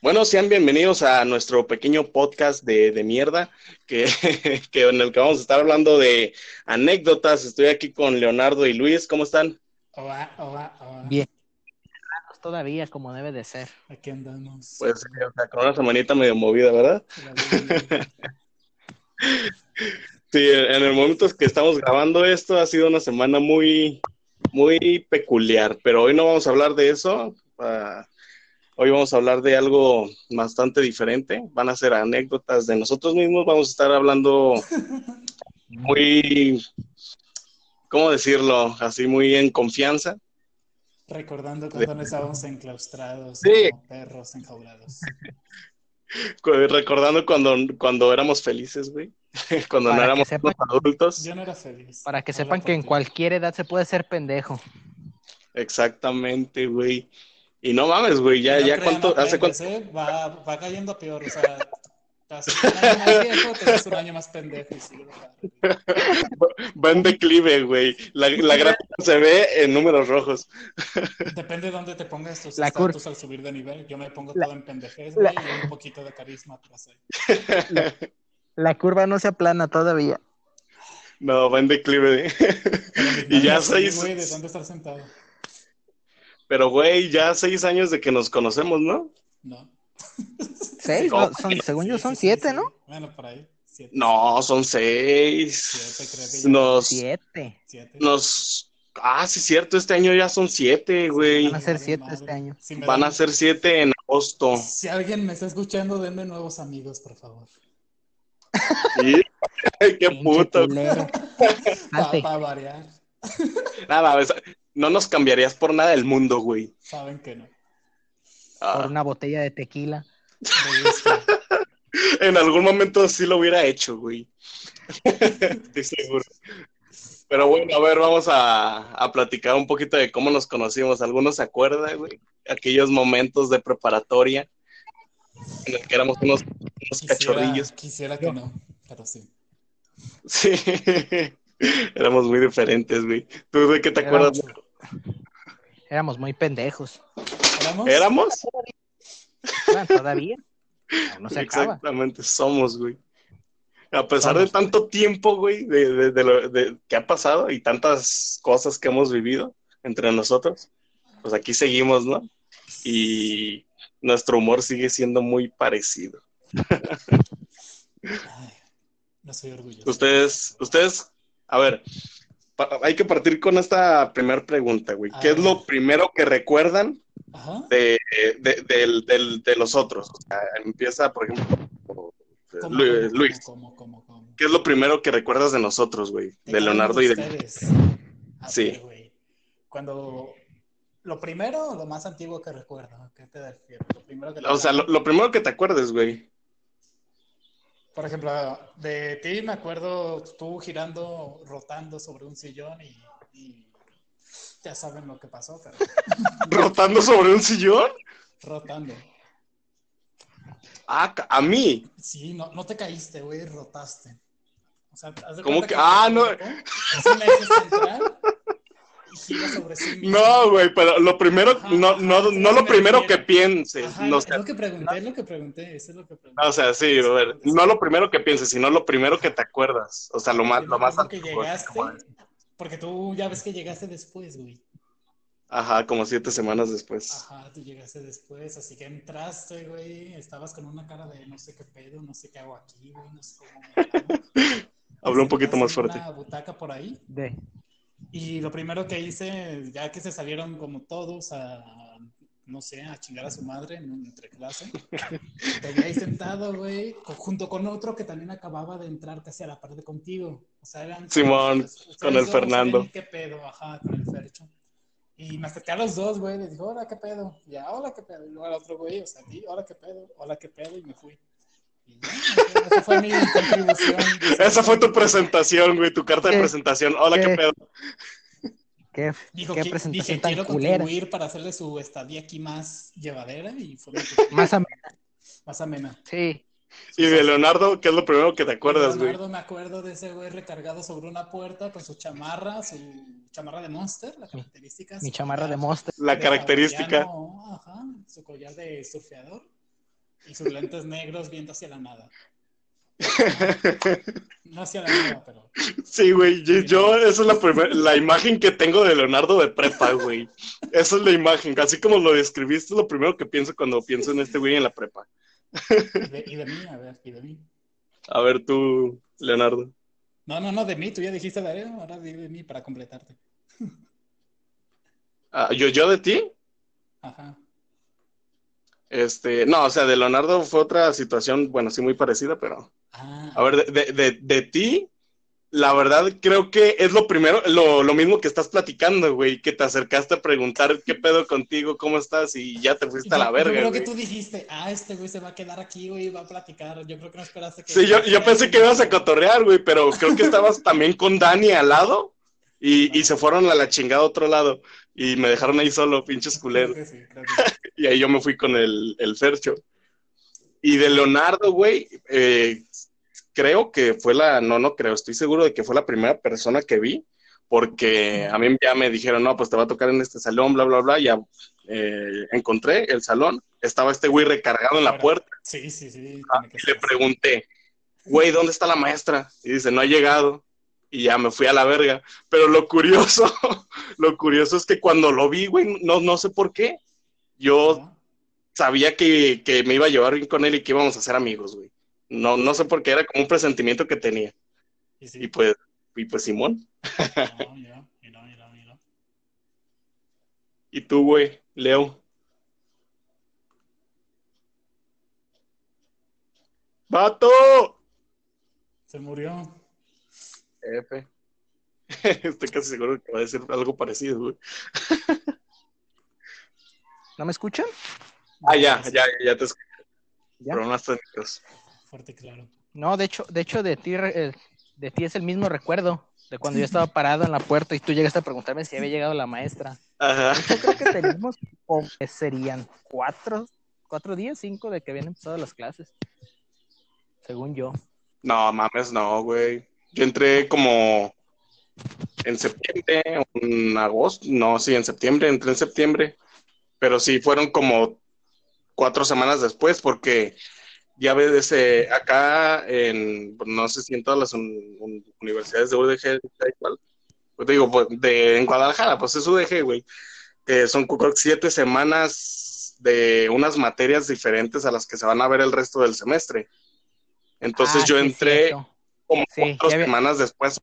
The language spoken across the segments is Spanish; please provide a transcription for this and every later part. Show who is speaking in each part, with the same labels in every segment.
Speaker 1: Bueno, sean bienvenidos a nuestro pequeño podcast de, de mierda, que, que, en el que vamos a estar hablando de anécdotas. Estoy aquí con Leonardo y Luis, ¿cómo están?
Speaker 2: Hola, hola, hola.
Speaker 3: Bien. pues, Todavía, como debe de ser.
Speaker 2: Aquí andamos.
Speaker 1: Pues sí, o sea, con una semanita medio movida, ¿verdad? Sí, en el momento que estamos grabando esto ha sido una semana muy, muy peculiar, pero hoy no vamos a hablar de eso. Uh, hoy vamos a hablar de algo bastante diferente. Van a ser anécdotas de nosotros mismos. Vamos a estar hablando muy, ¿cómo decirlo? Así muy en confianza.
Speaker 2: Recordando cuando nos estábamos enclaustrados, sí. como perros enjaulados.
Speaker 1: Recordando cuando, cuando éramos felices, güey cuando
Speaker 3: Para
Speaker 1: no
Speaker 3: que
Speaker 1: éramos
Speaker 3: sepa-
Speaker 1: adultos.
Speaker 2: Yo no era feliz.
Speaker 3: Para que
Speaker 2: Habla
Speaker 3: sepan
Speaker 2: por
Speaker 3: que en
Speaker 2: ti.
Speaker 3: cualquier edad se puede ser pendejo.
Speaker 1: Exactamente, güey. Y no mames, güey, ya,
Speaker 2: No
Speaker 1: ya
Speaker 2: crean,
Speaker 1: cuánto,
Speaker 2: no
Speaker 1: hace
Speaker 2: crean,
Speaker 1: cuánto,
Speaker 2: ¿eh? Va, va cayendo peor, o sea, te haces un año más viejo, te haces un año más pendejo y sigue bajando.
Speaker 1: va en declive, güey. La, la gráfica se ve en números rojos.
Speaker 2: Depende de dónde te pongas tus
Speaker 3: La cur-
Speaker 2: estatus al subir de nivel. Yo me pongo
Speaker 3: La-
Speaker 2: todo en pendejez,
Speaker 3: la-
Speaker 2: güey, y un poquito de carisma atrás ahí.
Speaker 3: La curva no se aplana todavía.
Speaker 1: No, va en declive. Y ya
Speaker 2: soy
Speaker 1: seis-
Speaker 2: Güey, ¿de dónde estás sentado?
Speaker 1: Pero, güey, ya seis años de que nos conocemos, ¿no?
Speaker 2: No.
Speaker 3: ¿Seis?
Speaker 1: No,
Speaker 3: No, son- según
Speaker 2: Sí,
Speaker 3: yo
Speaker 2: sí,
Speaker 3: son
Speaker 2: sí,
Speaker 3: siete,
Speaker 2: sí.
Speaker 3: ¿no?
Speaker 2: Bueno, por ahí. Siete.
Speaker 1: No, son
Speaker 2: Siete, creo que
Speaker 1: seis.
Speaker 2: ya.
Speaker 1: Nos,
Speaker 3: Siete.
Speaker 2: Siete.
Speaker 1: nos, ah, sí, cierto, este año ya son siete, güey.
Speaker 3: Van a ser
Speaker 2: Vale
Speaker 3: siete
Speaker 2: madre.
Speaker 3: este año.
Speaker 2: Si me
Speaker 1: Van
Speaker 2: dan-
Speaker 1: a ser siete en agosto.
Speaker 2: Si alguien me está escuchando, denme nuevos amigos, por favor.
Speaker 1: Sí. Qué
Speaker 3: Pinche
Speaker 1: puto.
Speaker 3: culero.
Speaker 2: Para
Speaker 3: Salte.
Speaker 2: variar.
Speaker 1: Nada, o sea, no nos cambiarías por nada del mundo, güey.
Speaker 2: Saben que no.
Speaker 1: Ah.
Speaker 3: Por una botella de tequila.
Speaker 2: Me gusta.
Speaker 1: En algún momento sí lo hubiera hecho, güey. Estoy seguro. Pero bueno, a ver, vamos a, a platicar un poquito de cómo nos conocimos. ¿Algunos se acuerdan, güey? Aquellos momentos de preparatoria en el que éramos unos, unos cachorrillos.
Speaker 2: Quisiera, quisiera que no, pero sí.
Speaker 1: Sí. Éramos muy diferentes, güey. ¿Tú de qué te
Speaker 3: Éramos-
Speaker 1: acuerdas?
Speaker 3: Éramos muy pendejos.
Speaker 2: ¿Éramos?
Speaker 1: ¿Éramos?
Speaker 3: Bueno, todavía. Aún no se acaba.
Speaker 1: Exactamente, somos, güey. A pesar
Speaker 3: Somos,
Speaker 1: de tanto tiempo, güey, de, de- de lo de- que ha pasado y tantas cosas que hemos vivido entre nosotros, pues aquí seguimos, ¿no? Y nuestro humor sigue siendo muy parecido.
Speaker 2: Ay, no soy orgulloso.
Speaker 1: Ustedes, ustedes, a ver, pa- hay que partir con esta primera pregunta, güey. ¿Qué
Speaker 2: A
Speaker 1: es lo
Speaker 2: ver.
Speaker 1: primero que recuerdan
Speaker 2: Ajá.
Speaker 1: de, de- del- del- de los otros? O sea, empieza, por ejemplo,
Speaker 2: ¿Cómo,
Speaker 1: Lu-
Speaker 2: cómo, cómo,
Speaker 1: Luis.
Speaker 2: cómo, cómo, cómo?
Speaker 1: ¿Qué es lo primero que recuerdas de nosotros, güey? De
Speaker 2: cada
Speaker 1: Leonardo
Speaker 2: uno
Speaker 1: y de...
Speaker 2: ustedes. A
Speaker 1: Sí.
Speaker 2: ver, güey. Cuando. Lo primero, lo más antiguo que recuerdo. ¿Qué te refiero? Lo primero que
Speaker 1: O sea, lo, lo primero que te acuerdes, güey.
Speaker 2: Por ejemplo, de ti me acuerdo tú girando, rotando sobre un sillón y, y ya saben lo que pasó, pero
Speaker 1: ¿Rotando sobre un sillón?
Speaker 2: rotando.
Speaker 1: Ah, ca- a mí.
Speaker 2: Sí, no, no te caíste, güey, rotaste. O sea, haz de
Speaker 1: ¿Cómo
Speaker 2: cuenta
Speaker 1: que? Ah, no.
Speaker 2: tu cuerpo Es una eje central y gira sobre sí mismo.
Speaker 1: No, güey, pero lo primero,
Speaker 2: Ajá,
Speaker 1: no,
Speaker 2: ajá,
Speaker 1: no,
Speaker 2: sí,
Speaker 1: no
Speaker 2: sí
Speaker 1: lo
Speaker 2: me
Speaker 1: primero que
Speaker 2: refiero.
Speaker 1: pienses.
Speaker 2: Ajá,
Speaker 1: No, o
Speaker 2: es
Speaker 1: sea,
Speaker 2: lo que pregunté, es lo que pregunté, eso es lo que pregunté.
Speaker 1: o sea, sí, a ver, no lo primero que pienses, sino lo primero que te acuerdas. O sea, lo más,
Speaker 2: Yo
Speaker 1: lo
Speaker 2: me
Speaker 1: más
Speaker 2: acuerdo que
Speaker 1: antiguo, así
Speaker 2: llegaste,
Speaker 1: como de-
Speaker 2: porque tú ya ves que llegaste después, güey.
Speaker 1: Ajá, como siete semanas después.
Speaker 2: Ajá, tú llegaste después, así que entraste, güey. Estabas con una cara de no sé qué pedo, no sé qué hago aquí, güey, no sé cómo. me llamo.
Speaker 1: Habló un
Speaker 2: Te
Speaker 1: poquito más fuerte.
Speaker 2: sentaste en Una butaca por ahí.
Speaker 3: De-
Speaker 2: Y lo primero que hice, ya que se salieron como todos a, no sé, a chingar a su madre en un- entre clase, te vi ahí sentado, güey, co- junto con otro que también acababa de entrar casi a la par de contigo. O sea, eran...
Speaker 1: Simón,
Speaker 2: ustedes
Speaker 1: con el
Speaker 2: dos,
Speaker 1: Fernando.
Speaker 2: ¿saben ¿Qué pedo? Ajá, con el Fercho. Y me acerqué a los dos, güey, les dije, hola, ¿qué pedo? Ya, hola, ¿qué pedo? Y luego al otro, güey, o sea, a ti, hola, ¿qué pedo? Hola, ¿qué pedo? Y me fui. Y ya, esa fue mi contribución.
Speaker 1: Esa fue tu presentación, güey, tu carta de
Speaker 3: ¿Qué?
Speaker 1: presentación. Hola, qué
Speaker 3: ¿Qué?
Speaker 1: pedo.
Speaker 3: ¿Qué,
Speaker 2: Dijo,
Speaker 3: qué
Speaker 2: que, dije,
Speaker 3: presentación tan
Speaker 2: quiero
Speaker 3: culera?
Speaker 2: contribuir para hacerle su estadía aquí más llevadera y fue lo que-
Speaker 3: Más o
Speaker 2: más amena.
Speaker 3: Sí.
Speaker 1: Y de Leonardo, ¿qué es lo primero que te acuerdas, güey?
Speaker 4: Leonardo, me acuerdo de ese güey recargado sobre una puerta con su chamarra, su chamarra de Monster, la característica.
Speaker 3: Mi
Speaker 4: su
Speaker 3: chamarra de
Speaker 4: collar
Speaker 3: monster.
Speaker 1: La
Speaker 4: de
Speaker 1: característica.
Speaker 4: hawaiano, Ajá, su collar de surfeador y sus lentes negros viendo hacia la nada. No hacia la nada, pero.
Speaker 1: Sí, güey, yo, yo- esa es la, primer- la imagen que tengo de Leonardo de prepa, güey. Esa es la imagen, así como lo describiste, es lo primero que pienso cuando pienso en este güey en la prepa.
Speaker 4: Y de, y de mí, a ver, y de mí.
Speaker 1: A ver tú, Leonardo.
Speaker 4: No, no, no, de mí, tú ya dijiste Darío, ahora di de mí para completarte.
Speaker 1: Ah, ¿yo, ¿Yo de ti?
Speaker 4: Ajá.
Speaker 1: Este, no, o sea, de Leonardo fue otra situación, bueno, sí muy parecida, pero...
Speaker 4: Ah,
Speaker 1: A ver, de, de, de- de ti, la verdad creo que es lo primero, lo, lo mismo que estás platicando, güey, que te acercaste a preguntar qué pedo contigo, cómo estás y ya te fuiste a la
Speaker 4: yo-
Speaker 1: verga.
Speaker 4: Yo creo que
Speaker 1: güey.
Speaker 4: tú dijiste, ah, este güey se va a quedar aquí, güey, va a platicar. Yo creo que no esperaste que.
Speaker 1: Sí, yo, yo pensé que ibas a cotorrear, güey, pero creo que estabas también con Dani al lado y, y se fueron a la chingada a otro lado y me dejaron ahí solo, pinches
Speaker 4: Creo
Speaker 1: culeros.
Speaker 4: que sí, creo que sí.
Speaker 1: Y ahí yo me fui con el, el Fercho. Y de Leonardo, güey, eh, creo que fue la, no, no creo, estoy seguro de que fue la primera persona que vi, porque a mí ya me dijeron, no, pues te va a tocar en este salón, bla, bla, bla, ya eh, encontré el salón, estaba este güey recargado en la
Speaker 4: Fuera.
Speaker 1: puerta
Speaker 4: Sí, sí, sí. tiene que
Speaker 1: Ah, y le
Speaker 4: ser así.
Speaker 1: pregunté, güey, ¿dónde está la maestra? Y dice, no ha llegado. Y ya me fui a la verga. Pero lo curioso, lo curioso es que cuando lo vi, güey, no, no sé por qué, yo
Speaker 4: Ajá.
Speaker 1: sabía que, que me iba a llevar bien con él y que íbamos a ser amigos, güey. No, no sé por qué, era como un presentimiento que tenía.
Speaker 4: Y sí.
Speaker 1: Y pues, y pues Simón.
Speaker 4: No, mira, mira, mira, mira.
Speaker 1: Y tú, güey, Leo. ¡Vato!
Speaker 4: Se murió.
Speaker 1: F. Estoy casi seguro que va a decir algo parecido, güey.
Speaker 3: ¿No me escuchan?
Speaker 1: Ah, ya, ya, ya te escuché.
Speaker 3: ¿Ya?
Speaker 1: Pero no hasta micros.
Speaker 4: Fuerte y claro.
Speaker 3: No, de hecho, de hecho de ti, re- eh, de ti es el mismo recuerdo de cuando yo estaba parado en la puerta y tú llegaste a preguntarme si había llegado la maestra.
Speaker 1: Ajá.
Speaker 3: Yo creo que tenemos, o que serían cuatro, cuatro días, cinco de que habían empezado las clases. Según yo.
Speaker 1: No, mames, no, güey. Yo entré como en septiembre, en agosto. No, sí, en septiembre, entré en septiembre. Pero sí, fueron como cuatro semanas después, porque ya ves, ese- acá en, no sé si en todas las un- un- universidades de UDG, da igual. Pues te digo, pues, de, en Guadalajara, pues es UDG, güey. Que son creo que siete semanas de unas materias diferentes a las que se van a ver el resto del semestre. Entonces
Speaker 3: Ah,
Speaker 1: yo
Speaker 3: sí,
Speaker 1: entré
Speaker 3: cierto.
Speaker 1: como
Speaker 3: Sí,
Speaker 1: cuatro
Speaker 3: ya vi-
Speaker 1: semanas después.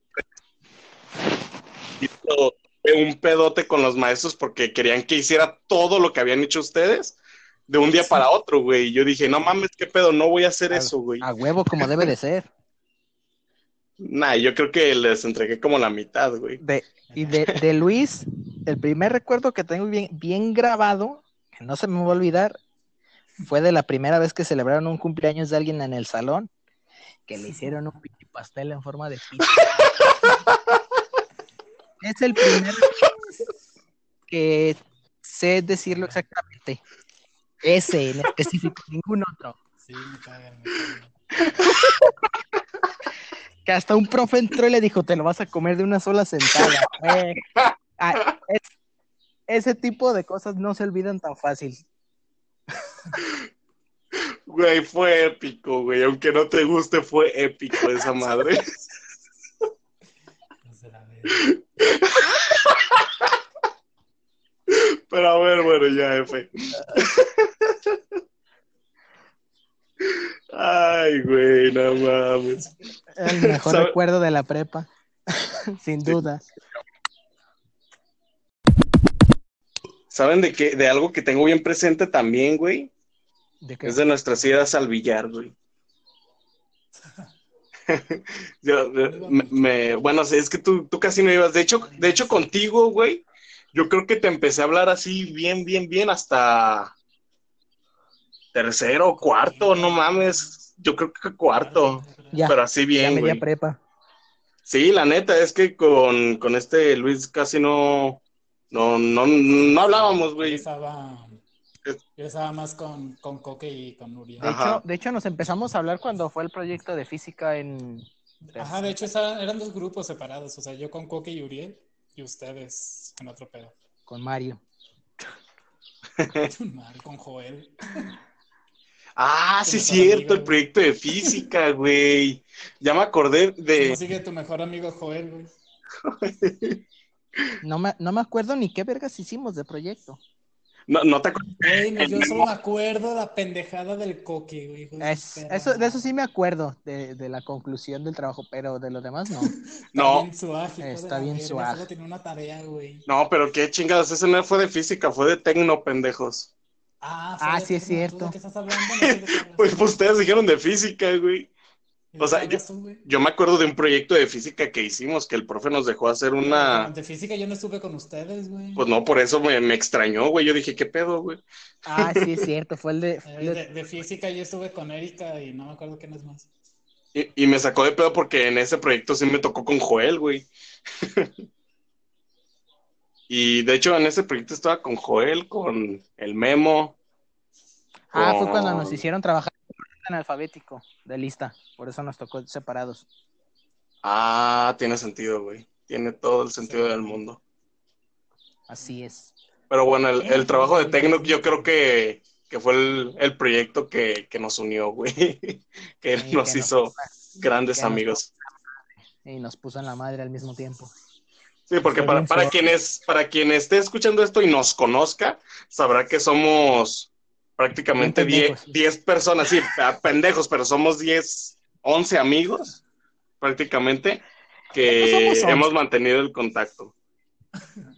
Speaker 1: Y esto fue un pedote con los maestros porque querían que hiciera todo lo que habían hecho ustedes de un día para otro, güey. Y yo dije, no mames, qué pedo, no voy a hacer
Speaker 3: A-
Speaker 1: eso, güey.
Speaker 3: A huevo, como debe de ser.
Speaker 1: Nah, yo creo que les entregué como la mitad, güey.
Speaker 3: De, y de, de Luis, el primer recuerdo que tengo bien, bien grabado, que no se me va a olvidar, fue de la primera vez que celebraron un cumpleaños de alguien en el salón, que le hicieron un pinche pastel en forma de pizza. es el primer que sé decirlo exactamente. Ese en específico, ningún otro.
Speaker 4: Sí, me cagan, me cagan.
Speaker 3: Que hasta un profe entró y le dijo, te lo vas a comer de una sola sentada. güey". Ah, es- ese tipo de cosas no se olvidan tan fácil.
Speaker 1: Güey, fue épico, güey. Aunque no te guste, fue épico esa madre.
Speaker 4: No se la ve.
Speaker 1: Pero a ver, bueno, ya, F. Ay, güey, no mames.
Speaker 3: El mejor
Speaker 1: ¿Sabe?
Speaker 3: recuerdo de la prepa, sin duda.
Speaker 1: ¿Saben de qué? De algo que tengo bien presente también, güey.
Speaker 3: De que-
Speaker 1: Es de nuestras idas al billar, güey. Yo, eh, me, me- bueno, es que tú, tú casi no ibas. De hecho, de hecho, contigo, güey, yo creo que te empecé a hablar así bien, bien, bien hasta tercero, cuarto, no mames. Yo creo que cuarto,
Speaker 3: ya,
Speaker 1: pero así
Speaker 3: ya
Speaker 1: bien,
Speaker 3: media
Speaker 1: güey.
Speaker 3: prepa.
Speaker 1: Sí, la neta, es que con, con este Luis casi no, no, no, no hablábamos,
Speaker 4: Yo
Speaker 1: güey.
Speaker 4: Estaba,
Speaker 2: Yo estaba más con, con Coque y con Nuria.
Speaker 3: De
Speaker 1: Ajá.
Speaker 3: hecho, de hecho, nos empezamos a hablar cuando fue el proyecto de física en...
Speaker 2: Ajá, de hecho estaban- eran dos grupos separados, o sea, yo con Coque y Uriel y ustedes en otro pedo.
Speaker 3: Con Mario.
Speaker 2: Un Mar con Joel.
Speaker 1: Ah, sí,
Speaker 2: Con
Speaker 1: es
Speaker 2: mejor
Speaker 1: cierto,
Speaker 2: amigo,
Speaker 1: el
Speaker 2: güey.
Speaker 1: proyecto de física, güey. Ya me acordé
Speaker 2: ¿Cómo
Speaker 1: de.
Speaker 2: sigue tu mejor amigo Joel, güey?
Speaker 3: No me, no me acuerdo ni qué vergas hicimos de proyecto.
Speaker 1: No, no te acuerdas.
Speaker 2: Güey, no, yo solo me acuerdo la pendejada del Coque, güey. hijo de
Speaker 3: Es-
Speaker 2: su perra
Speaker 3: eso, de eso
Speaker 2: madre.
Speaker 3: sí me acuerdo, de, de la conclusión del trabajo, pero de lo demás no.
Speaker 2: Está
Speaker 1: No,
Speaker 2: bien suave. hijo de
Speaker 3: Está
Speaker 2: la
Speaker 3: bien
Speaker 2: verga,
Speaker 3: suave.
Speaker 2: Solo tenía una tarea, güey.
Speaker 1: no, pero qué chingados. Ese no fue de física, fue de tecno, pendejos.
Speaker 2: Ah,
Speaker 3: Ah,
Speaker 2: fue
Speaker 3: sí
Speaker 2: de
Speaker 3: es
Speaker 2: tecno, ¿tú
Speaker 3: cierto.
Speaker 2: ¿De qué estás hablando? No sé de qué hablas.
Speaker 1: Pues, pues ustedes dijeron de física, güey.
Speaker 2: ¿De qué
Speaker 1: o sea,
Speaker 2: hablas tú, güey?
Speaker 1: Yo me acuerdo de un proyecto de física que hicimos, que el profe nos dejó hacer una.
Speaker 2: De física yo no estuve con ustedes, güey.
Speaker 1: Pues no, por eso me, me extrañó, güey. Yo dije, ¿qué pedo, güey?
Speaker 3: Ah, sí, es cierto, fue el de... fue
Speaker 2: Eh,
Speaker 3: el de-
Speaker 2: de, de física yo estuve con Erika y no me acuerdo quién es más.
Speaker 1: Y, y me sacó de pedo porque en ese proyecto sí me tocó con Joel, güey. y de hecho en ese proyecto estaba con Joel, con el Memo.
Speaker 3: Ah, fue cuando nos
Speaker 1: con-
Speaker 3: hicieron trabajar en alfabético, de lista. Por eso nos tocó separados.
Speaker 1: Ah, tiene sentido, güey. Tiene todo el sentido del mundo.
Speaker 3: Así es.
Speaker 1: Pero bueno, el,
Speaker 3: Eh.
Speaker 1: el trabajo de Tecno yo creo que, que fue el, el proyecto que, que nos unió, güey. que
Speaker 3: Sí,
Speaker 1: nos
Speaker 3: que nos-
Speaker 1: hizo grandes
Speaker 3: que nos-
Speaker 1: amigos.
Speaker 3: Y nos puso en la madre al mismo tiempo.
Speaker 1: Sí, porque
Speaker 3: Está
Speaker 1: para,
Speaker 3: bien
Speaker 1: para
Speaker 3: suave.
Speaker 1: quien es- para quien esté escuchando esto y nos conozca, sabrá que somos prácticamente
Speaker 3: Bien
Speaker 1: 10
Speaker 3: pendejos.
Speaker 1: 10 personas, sí, a pendejos, pero somos 10, 11 amigos, prácticamente,
Speaker 3: No
Speaker 1: que
Speaker 3: Pues somos once.
Speaker 1: hemos mantenido el contacto.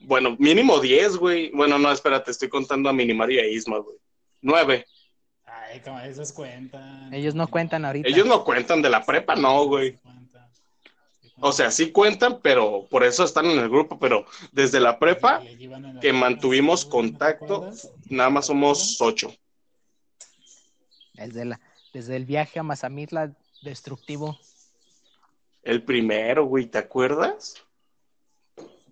Speaker 1: Bueno, mínimo 10, güey. Bueno, no, espérate, estoy contando a Minimar y a Isma, güey. 9.
Speaker 2: Ay, como esos cuentan.
Speaker 3: Ellos no cuentan ahorita.
Speaker 1: Ellos no cuentan de la prepa, no, güey.
Speaker 2: Cuentan. Sí,
Speaker 1: O sea, sí cuentan, pero por eso están en el grupo, pero desde la prepa
Speaker 2: Y allí van en la
Speaker 1: que
Speaker 2: prepa,
Speaker 1: mantuvimos
Speaker 2: sí, güey, ¿no te
Speaker 1: contacto.
Speaker 2: acuerdas?
Speaker 1: Nada más somos ocho.
Speaker 3: Desde, la, desde el viaje a Mazamitla destructivo.
Speaker 1: El primero, güey, ¿te acuerdas?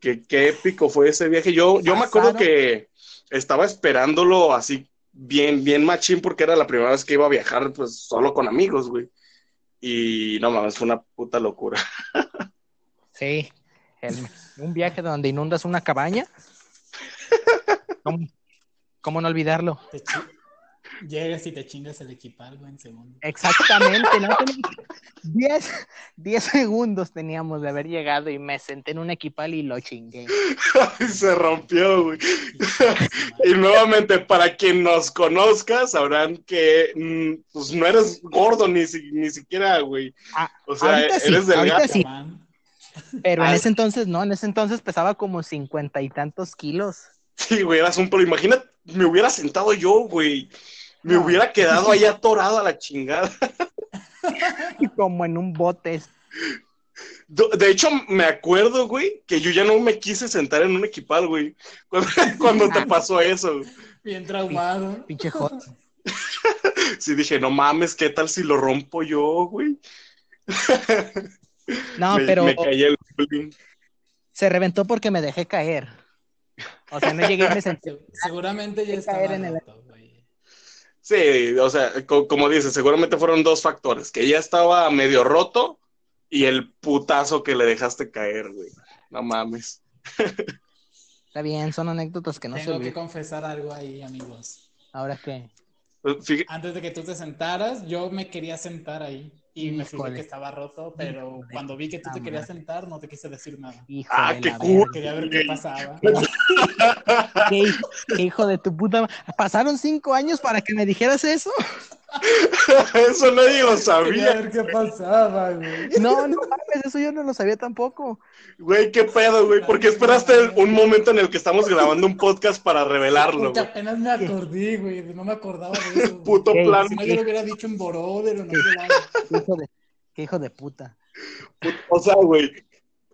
Speaker 1: Qué, qué épico fue ese viaje. Yo, yo me acuerdo
Speaker 3: Pasaron.
Speaker 1: que estaba esperándolo así bien, bien machín, porque era la primera vez que iba a viajar, pues, solo con amigos, güey. Y no mames, fue una puta locura.
Speaker 3: Sí. El- un viaje donde inundas una cabaña. ¿Cómo, cómo no olvidarlo?
Speaker 2: Te chi- Llegas y te chingas el equipal, güey, en segundo.
Speaker 3: Exactamente. ¿no? Diez, diez segundos teníamos de haber llegado y me senté en un equipal y lo chingué.
Speaker 1: Y se rompió, güey.
Speaker 2: Y-
Speaker 1: Y nuevamente, para quien nos conozca, sabrán que mm, pues no eres gordo ni, si- ni siquiera, güey.
Speaker 3: Ah,
Speaker 1: O sea,
Speaker 3: ahorita sí,
Speaker 1: eres delgado.
Speaker 3: ahorita sí.
Speaker 2: Man,
Speaker 3: Pero en
Speaker 1: Ah.
Speaker 3: ese entonces no, en ese entonces pesaba como cincuenta y tantos kilos.
Speaker 1: Sí, güey, eras un pero Imagínate, me hubiera sentado yo, güey. Me
Speaker 3: No.
Speaker 1: hubiera quedado ahí atorado a la chingada.
Speaker 3: Y como en un bote.
Speaker 1: Do- De hecho, me acuerdo, güey, que yo ya no me quise sentar en un equipal, güey. Cuando, cuando te pasó eso,
Speaker 2: Bien traumado.
Speaker 3: Pinche hot.
Speaker 1: sí dije, no mames, ¿qué tal si lo rompo yo, güey?
Speaker 3: No,
Speaker 1: me,
Speaker 3: pero
Speaker 1: me caí el bullying.
Speaker 3: se reventó porque me dejé caer. O sea, no llegué y me senté.
Speaker 2: Se- Seguramente ya
Speaker 3: Hay que
Speaker 2: estaba
Speaker 3: caer en el-
Speaker 2: roto, güey.
Speaker 1: Sí, o sea, co- como dices, seguramente fueron dos factores, que ya estaba medio roto y el putazo que le dejaste caer, güey. No mames.
Speaker 3: Está bien, son anécdotas que no se
Speaker 2: Tengo que
Speaker 3: olvidan.
Speaker 2: confesar algo ahí, amigos.
Speaker 3: Ahora que
Speaker 1: Fíjate,
Speaker 2: Antes de que tú te sentaras, yo me quería sentar ahí y me fijé
Speaker 3: Híjole.
Speaker 2: que estaba roto, pero
Speaker 3: Híjole,
Speaker 2: cuando vi que tú te
Speaker 3: puta
Speaker 2: querías
Speaker 3: madre.
Speaker 2: sentar, no te quise decir nada.
Speaker 3: Hijo
Speaker 1: Ah,
Speaker 3: de
Speaker 1: qué
Speaker 3: la
Speaker 1: cool.
Speaker 3: verga.
Speaker 2: Quería ver qué pasaba.
Speaker 3: Qué hijo- qué hijo de tu puta. ma- Pasaron cinco años para que me dijeras eso.
Speaker 1: eso nadie lo
Speaker 2: Quería
Speaker 1: sabía.
Speaker 2: ver qué pasaba, güey.
Speaker 3: No, no mames, eso yo no lo sabía tampoco.
Speaker 1: Güey, qué pedo, güey. ¿Por qué esperaste un momento en el que estamos grabando un podcast para revelarlo,
Speaker 2: Porque
Speaker 1: güey?
Speaker 2: apenas me acordé, güey. No me acordaba de eso. güey.
Speaker 1: Puto
Speaker 3: Ey,
Speaker 1: plan.
Speaker 2: Si no, yo lo hubiera dicho en Borode o en otro lado.
Speaker 3: Qué hijo de, qué hijo de puta.
Speaker 1: O sea, güey.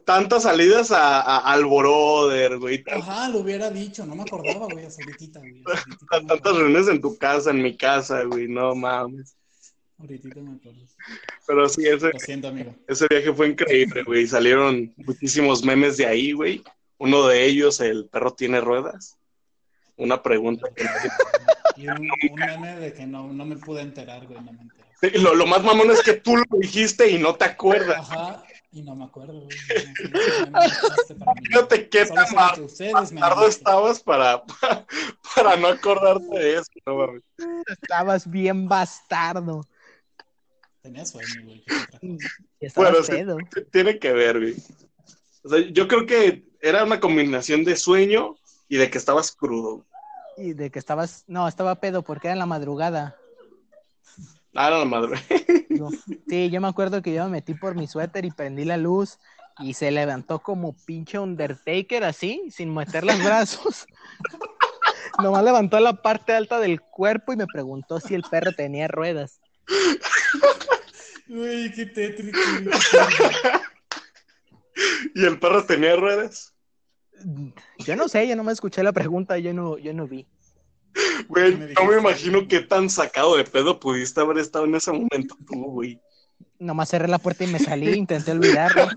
Speaker 1: Tantas salidas a, a- al Boroder, güey. tan-
Speaker 2: Ajá, lo hubiera dicho. No me acordaba, güey, hasta ahorita, güey. hasta
Speaker 1: tan-
Speaker 2: ahorita me
Speaker 1: Tantas
Speaker 2: acordé.
Speaker 1: reuniones en tu casa, en mi casa, güey. No mames.
Speaker 2: Ahorita me acuerdo.
Speaker 1: Pero sí, ese,
Speaker 2: Lo siento, amigo.
Speaker 1: ese viaje fue increíble, güey. Salieron muchísimos memes de ahí, güey. Uno de ellos, el perro tiene ruedas. una pregunta. que nadie-
Speaker 2: Y un, un meme de que no, no me pude enterar, güey, no me enteré.
Speaker 1: Sí, Lo, lo más mamón es que tú lo dijiste y no te acuerdas.
Speaker 2: Ajá, y no me acuerdo, güey. No sé, ese meme no existe para mí.
Speaker 1: Fíjate qué
Speaker 2: Solo
Speaker 1: tan
Speaker 2: sé lo que ustedes me han
Speaker 1: bastardo
Speaker 2: dicho.
Speaker 1: estabas para, para, no acordarte de eso. No, mames.
Speaker 3: Estabas bien bastardo.
Speaker 2: Tenía sueño, güey. qué otra cosa.
Speaker 3: Estabas
Speaker 1: Bueno, sí.
Speaker 3: pedo.
Speaker 1: Tiene que ver, güey. O sea, yo creo que era una combinación de sueño y de que estabas crudo.
Speaker 3: Y de que estabas. No, estaba pedo porque era en la madrugada.
Speaker 1: Ah, no, la madre.
Speaker 3: Yo- sí, yo me acuerdo que yo me metí por mi suéter y prendí la luz y se levantó como pinche Undertaker así, sin meter los brazos. Nomás levantó la parte alta del cuerpo y me preguntó si el perro tenía ruedas.
Speaker 2: Güey, qué tétrico.
Speaker 1: ¿Y el perro tenía ruedas?
Speaker 3: Yo no sé, yo no me escuché la pregunta, yo no, yo no vi.
Speaker 1: Güey,
Speaker 2: Me
Speaker 1: no me
Speaker 2: dijiste.
Speaker 1: imagino qué tan sacado de pedo pudiste haber estado en ese momento tú, güey.
Speaker 3: Nomás cerré la puerta y me salí, intenté olvidarlo.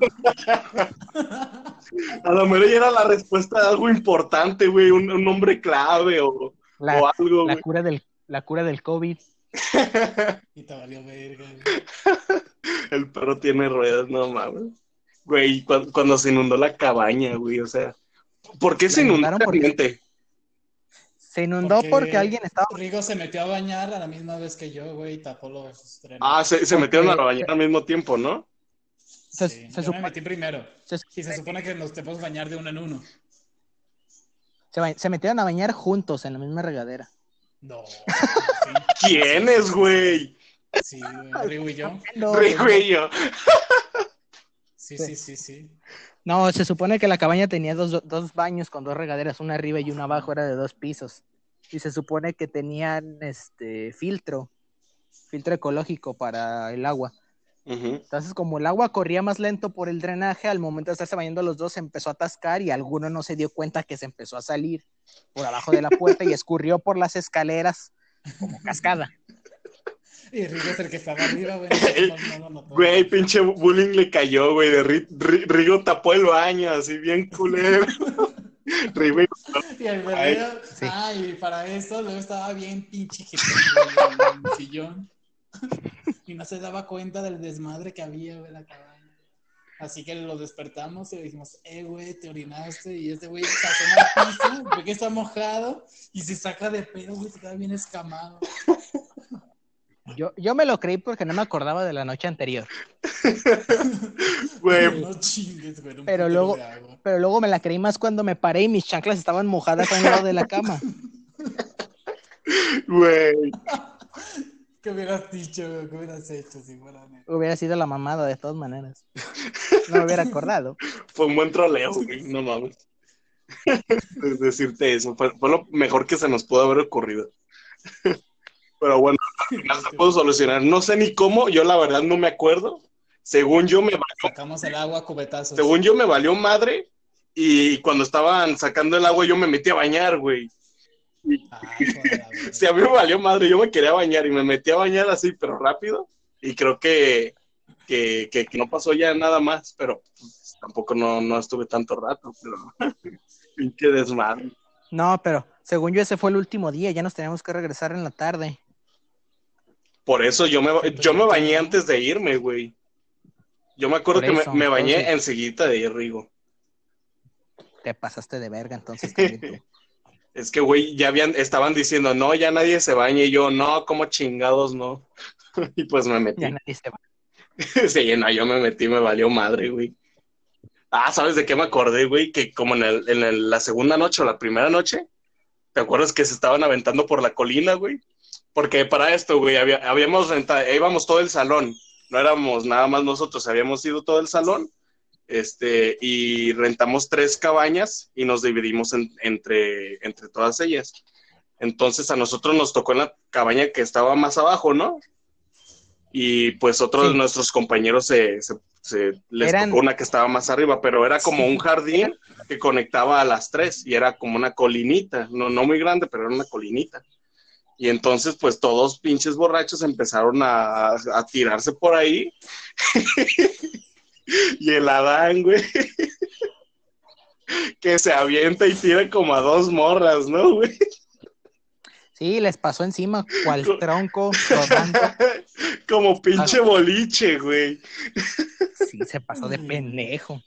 Speaker 1: A lo mejor ya era la respuesta de algo importante, güey, un, un nombre clave o,
Speaker 3: La,
Speaker 1: o algo,
Speaker 3: la
Speaker 1: güey.
Speaker 3: cura del, la cura del COVID.
Speaker 2: Y te valió verga, güey.
Speaker 1: El perro tiene ruedas, no mames. Güey, cu- cuando, se inundó la cabaña, güey, o sea, ¿por qué se
Speaker 3: La
Speaker 1: inundó
Speaker 3: inundaron
Speaker 1: la
Speaker 3: porque-
Speaker 1: gente?
Speaker 3: Se inundó
Speaker 2: Porque-
Speaker 3: porque, alguien estaba.
Speaker 2: Rigo se metió a bañar a la misma vez que yo, güey, y tapó los trenes.
Speaker 1: Ah, se, se
Speaker 3: Porque-
Speaker 1: metieron a la bañera al mismo tiempo, ¿no?
Speaker 3: se-
Speaker 2: Sí,
Speaker 3: se
Speaker 2: yo
Speaker 3: supo-
Speaker 2: me metí primero.
Speaker 3: Se,
Speaker 2: Y se supone que nos podemos bañar de uno en uno.
Speaker 3: se ba- se metieron a bañar juntos en la misma regadera.
Speaker 2: No. sí.
Speaker 1: ¿Quiénes, güey?
Speaker 2: Sí, güey, Rigo y yo.
Speaker 3: No,
Speaker 1: Güey, güey, yo.
Speaker 2: Sí, sí, sí, sí.
Speaker 3: No, se supone que la cabaña tenía dos, dos baños con dos regaderas, una arriba y una abajo, era de dos pisos. Y se supone que tenían este filtro, filtro ecológico para el agua.
Speaker 1: Ujú.
Speaker 3: Entonces, como el agua corría más lento por el drenaje, al momento de estarse bañando los dos se empezó a atascar y alguno no se dio cuenta que se empezó a salir por abajo de la puerta y escurrió por las escaleras como cascada.
Speaker 2: Y Rigo es el que estaba arriba, güey. No, no, no, no.
Speaker 1: Güey, pinche bullying le cayó, güey. De Ri- Ri- Rigo tapó el baño, así bien culero. Rigo
Speaker 2: Y el
Speaker 1: Ay,
Speaker 2: bebé,
Speaker 3: sí.
Speaker 2: ay, y para eso luego estaba bien pinche jetón, güey, en el sillón. Y no se daba cuenta del desmadre que había, güey, en la cabaña. Así que lo despertamos y le dijimos, eh, güey, te orinaste. Y este güey se asoma al piso, ve que está mojado y se saca de pedo, güey, se queda bien escamado.
Speaker 3: Yo, yo me lo creí porque no me acordaba de la noche anterior,
Speaker 1: güey,
Speaker 2: no chingues, güey. era un
Speaker 3: Pero
Speaker 2: putero
Speaker 3: luego-
Speaker 2: de agua.
Speaker 3: pero luego me la creí más cuando me paré y mis chanclas estaban mojadas a un lado de la cama.
Speaker 1: güey.
Speaker 2: ¿Qué hubieras dicho, güey? ¿Qué hubieras hecho si fuera neta?
Speaker 3: Hubiera sido la mamada de todas maneras. No me hubiera acordado.
Speaker 1: Fue un buen troleo, güey. No mames. Es decirte eso. Fue, fue lo mejor que se nos pudo haber ocurrido. Pero bueno, al final se pudo solucionar. No sé ni cómo, yo la verdad no me acuerdo. Según yo me
Speaker 2: Sacamos el agua a
Speaker 3: Pues
Speaker 2: cubetazos.
Speaker 1: Según yo me valió madre y cuando estaban sacando el agua yo me metí a bañar, güey.
Speaker 2: Ah, hijo de la verga.
Speaker 1: Si a mí me valió madre, yo me quería bañar y me metí a bañar así, pero rápido. Y creo que, que, que- que no pasó ya nada más, pero pues, tampoco no, no estuve tanto rato, pero pinche desmadre.
Speaker 3: No, pero según yo ese fue el último día, ya nos teníamos que regresar en la tarde.
Speaker 1: Por eso yo
Speaker 3: pues,
Speaker 1: me, yo me bañé antes de irme, güey. Yo me acuerdo
Speaker 3: Por
Speaker 1: que me-
Speaker 3: eso,
Speaker 1: me, bañé
Speaker 3: entonces.
Speaker 1: enseguida de ir, Rigo.
Speaker 3: Te pasaste de verga entonces también tú.
Speaker 1: Es que, güey, ya habían, estaban diciendo, no, ya nadie se baña. Y yo, no, como chingados, no. y pues me metí.
Speaker 3: Ya nadie se va.
Speaker 1: Sí, no, yo me metí, me valió madre, güey. Ah, ¿sabes de qué me acordé, güey? Que como en, el- en el- la segunda noche o la primera noche, ¿te acuerdas que se estaban aventando por la colina, güey? Porque para esto, güey, había- habíamos rentado, íbamos todo el salón, no éramos nada más nosotros, habíamos ido todo el salón, este, y rentamos tres cabañas y nos dividimos en- entre, entre todas ellas. Entonces a nosotros nos tocó en la cabaña que estaba más abajo, ¿no? Y pues otro de
Speaker 3: Sí.
Speaker 1: nuestros compañeros se, se- se- les
Speaker 3: Eran-
Speaker 1: tocó una que estaba más arriba, pero era como
Speaker 2: Sí.
Speaker 1: un jardín que conectaba a las tres y era como una colinita, no, no muy grande, pero era una colinita. Y entonces pues todos pinches borrachos empezaron a, a tirarse por ahí. y el Adán, güey, que se avienta y tira como a dos morras, ¿no, güey?
Speaker 3: Sí, les pasó encima cual tronco rodando.
Speaker 1: Como pinche boliche, güey.
Speaker 3: Sí, se pasó de pendejo.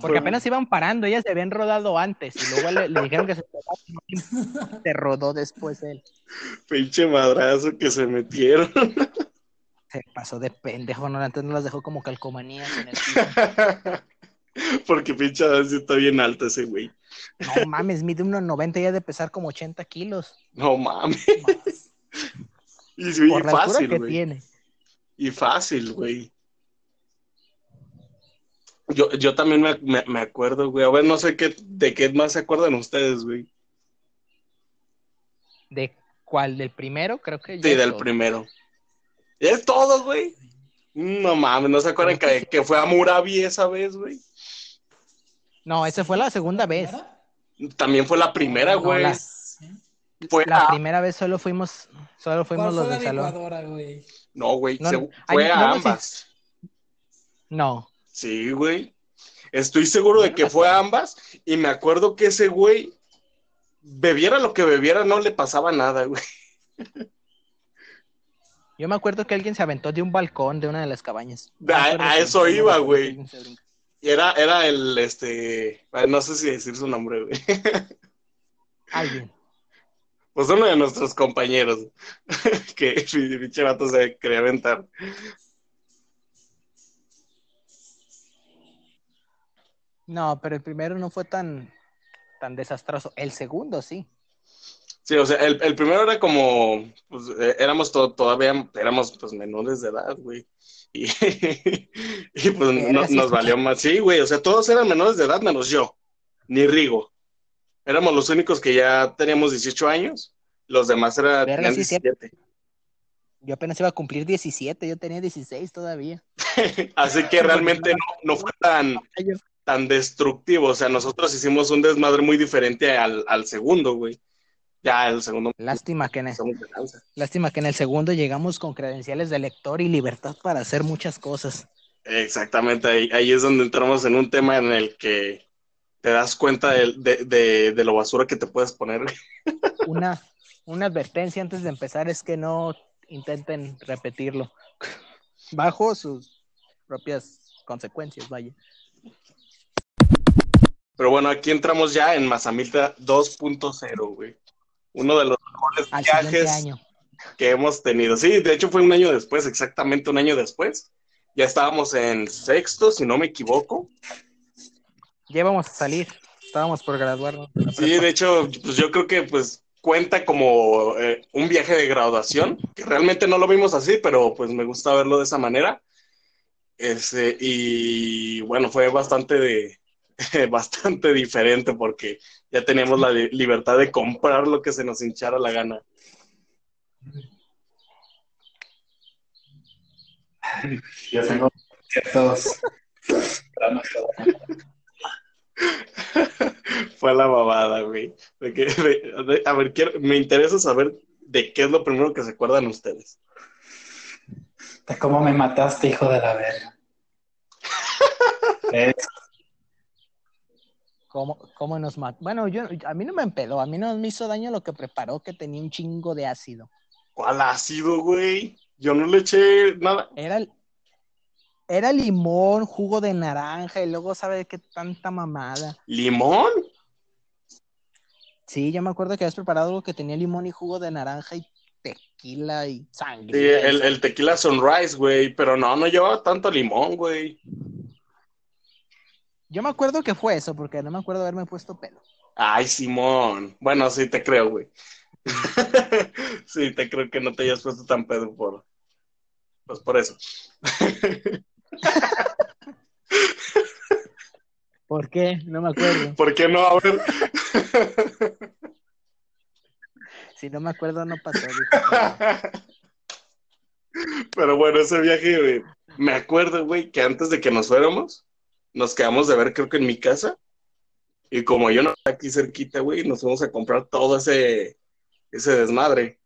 Speaker 3: Porque apenas iban parando, ellas se habían rodado antes y luego le, le dijeron que se rodó, se rodó después él.
Speaker 1: Pinche madrazo que se metieron.
Speaker 3: Se pasó de pendejo, no, antes no las dejó como calcomanías en el piso.
Speaker 1: Porque pinche Adán sí está bien alto ese güey.
Speaker 3: No mames, mide 1.90 y ha de pesar como 80 kilos.
Speaker 1: No mames.
Speaker 4: Más.
Speaker 1: Y, sí,
Speaker 3: por la altura
Speaker 1: fácil,
Speaker 3: que
Speaker 1: güey.
Speaker 3: tiene.
Speaker 1: Y fácil, güey. Yo, yo también me, me- me acuerdo, güey. A ver, no sé qué, de qué más se acuerdan ustedes, güey.
Speaker 3: ¿De cuál? ¿Del primero? Creo que
Speaker 1: Sí,
Speaker 3: ya
Speaker 1: del
Speaker 3: todo.
Speaker 1: primero. Es todo, güey. No mames, ¿no se acuerdan que, que fue a Murabi esa vez, güey?
Speaker 3: No, esa fue la segunda vez.
Speaker 4: ¿Primera?
Speaker 1: También fue la primera,
Speaker 3: No,
Speaker 1: güey.
Speaker 3: la-
Speaker 4: ¿Sí?
Speaker 1: Fue
Speaker 3: La
Speaker 1: a-
Speaker 3: primera vez solo fuimos, solo fuimos
Speaker 4: ¿Cuál
Speaker 3: los
Speaker 4: fue la
Speaker 3: del salón.
Speaker 4: licuadora, güey?
Speaker 1: No, güey,
Speaker 3: No,
Speaker 1: se-
Speaker 3: no. Ay,
Speaker 1: fue
Speaker 3: no,
Speaker 1: a
Speaker 3: no, sí.
Speaker 1: ambas.
Speaker 3: No,
Speaker 1: Sí, güey. Estoy seguro de que fue a ambas y me acuerdo que ese güey bebiera lo que bebiera, no le pasaba nada, güey.
Speaker 3: yo me acuerdo que alguien se aventó de un balcón de una de las cabañas. No me
Speaker 1: A-
Speaker 3: acuerdo
Speaker 1: Ah, a
Speaker 3: quién,
Speaker 1: eso
Speaker 3: no me
Speaker 1: iba,
Speaker 3: acuerdo
Speaker 1: güey.
Speaker 3: que alguien se brincó.
Speaker 1: Y era, era el, este, ay, no sé si decir su nombre, güey.
Speaker 3: Alguien.
Speaker 1: Pues uno de nuestros compañeros, que el pinche vato se quería aventar.
Speaker 3: No, pero el primero no fue tan, tan desastroso. El segundo sí.
Speaker 1: Sí, o sea, el, el primero era como, pues, eh, éramos to- todavía, éramos pues menores de edad, güey. Y, y, pues
Speaker 3: Verga,
Speaker 1: no-
Speaker 3: sí,
Speaker 1: nos valió más. Sí, güey, o sea, todos eran menores de edad menos yo, ni Rigo. Éramos los únicos que ya teníamos 18 años, los demás eran
Speaker 3: Verga,
Speaker 1: tenían
Speaker 3: sí, sí.
Speaker 1: 17.
Speaker 3: Yo apenas iba a cumplir 17, yo tenía 16 todavía.
Speaker 1: Así que realmente no, no fue tan,
Speaker 3: Ay, yo-
Speaker 1: tan destructivo, o sea, nosotros hicimos un desmadre muy diferente al, al segundo, güey. Ya el segundo
Speaker 3: Lástima que, en el,
Speaker 1: pasamos de lanza.
Speaker 3: lástima que en el segundo llegamos con credenciales de lector y libertad para hacer muchas cosas.
Speaker 1: Exactamente, ahí, ahí es donde entramos en un tema en el que te das cuenta de, de- de- de lo basura que te puedes poner.
Speaker 3: Una, una advertencia antes de empezar es que no intenten repetirlo. Bajo sus propias consecuencias, vaya.
Speaker 1: Pero bueno, aquí entramos ya en Mazamilta 2.0, güey. Uno de los mejores
Speaker 3: Al siguiente
Speaker 1: viajes
Speaker 3: año.
Speaker 1: que hemos tenido. Sí, de hecho fue un año después, exactamente un año después. Ya estábamos en sexto, si no me equivoco.
Speaker 3: Ya íbamos a salir. Estábamos por graduarnos. de la
Speaker 1: Sí,
Speaker 3: prepa.
Speaker 1: de hecho, pues yo creo que pues cuenta como eh, un viaje de graduación, que realmente no lo vimos así, pero pues me gusta verlo de esa manera. Este, y bueno, fue bastante de bastante diferente porque ya teníamos la li- libertad de comprar lo que se nos hinchara la gana.
Speaker 2: Yo tengo ciertos traumas
Speaker 1: Fue la babada, güey. De que- de- de- a ver, quiero- me interesa saber de qué es lo primero que se acuerdan ustedes.
Speaker 2: de cómo me mataste, hijo de la verga. Es-
Speaker 3: ¿Cómo, cómo nos mató? Bueno, yo, a mí no me empedó. A mí no me hizo daño lo que preparó, que tenía un chingo de ácido.
Speaker 1: ¿Cuál ácido, güey? Yo no le eché nada.
Speaker 3: Era, era limón, jugo de naranja y luego, ¿sabe qué tanta mamada?
Speaker 1: ¿Limón?
Speaker 3: Sí, yo me acuerdo que habías preparado algo que tenía limón y jugo de naranja y tequila y sangre.
Speaker 1: Sí, el, el tequila sunrise, güey, pero no, no llevaba tanto limón, güey.
Speaker 3: Yo me acuerdo que fue eso, porque no me acuerdo haberme puesto pelo.
Speaker 1: Ay, Simón. Bueno, sí te creo, güey. sí, te creo que no te hayas puesto tan pedo por. Pues por eso.
Speaker 3: ¿Por qué? No me acuerdo.
Speaker 1: ¿Por qué no? A ver.
Speaker 3: Si no me acuerdo, no pasó. dijo.
Speaker 1: Pero bueno, ese viaje, güey, me acuerdo, güey, que antes de que nos fuéramos, nos quedamos de ver, creo que en mi casa. Y como yo no estaba aquí cerquita, güey, nos fuimos a comprar todo ese, ese desmadre.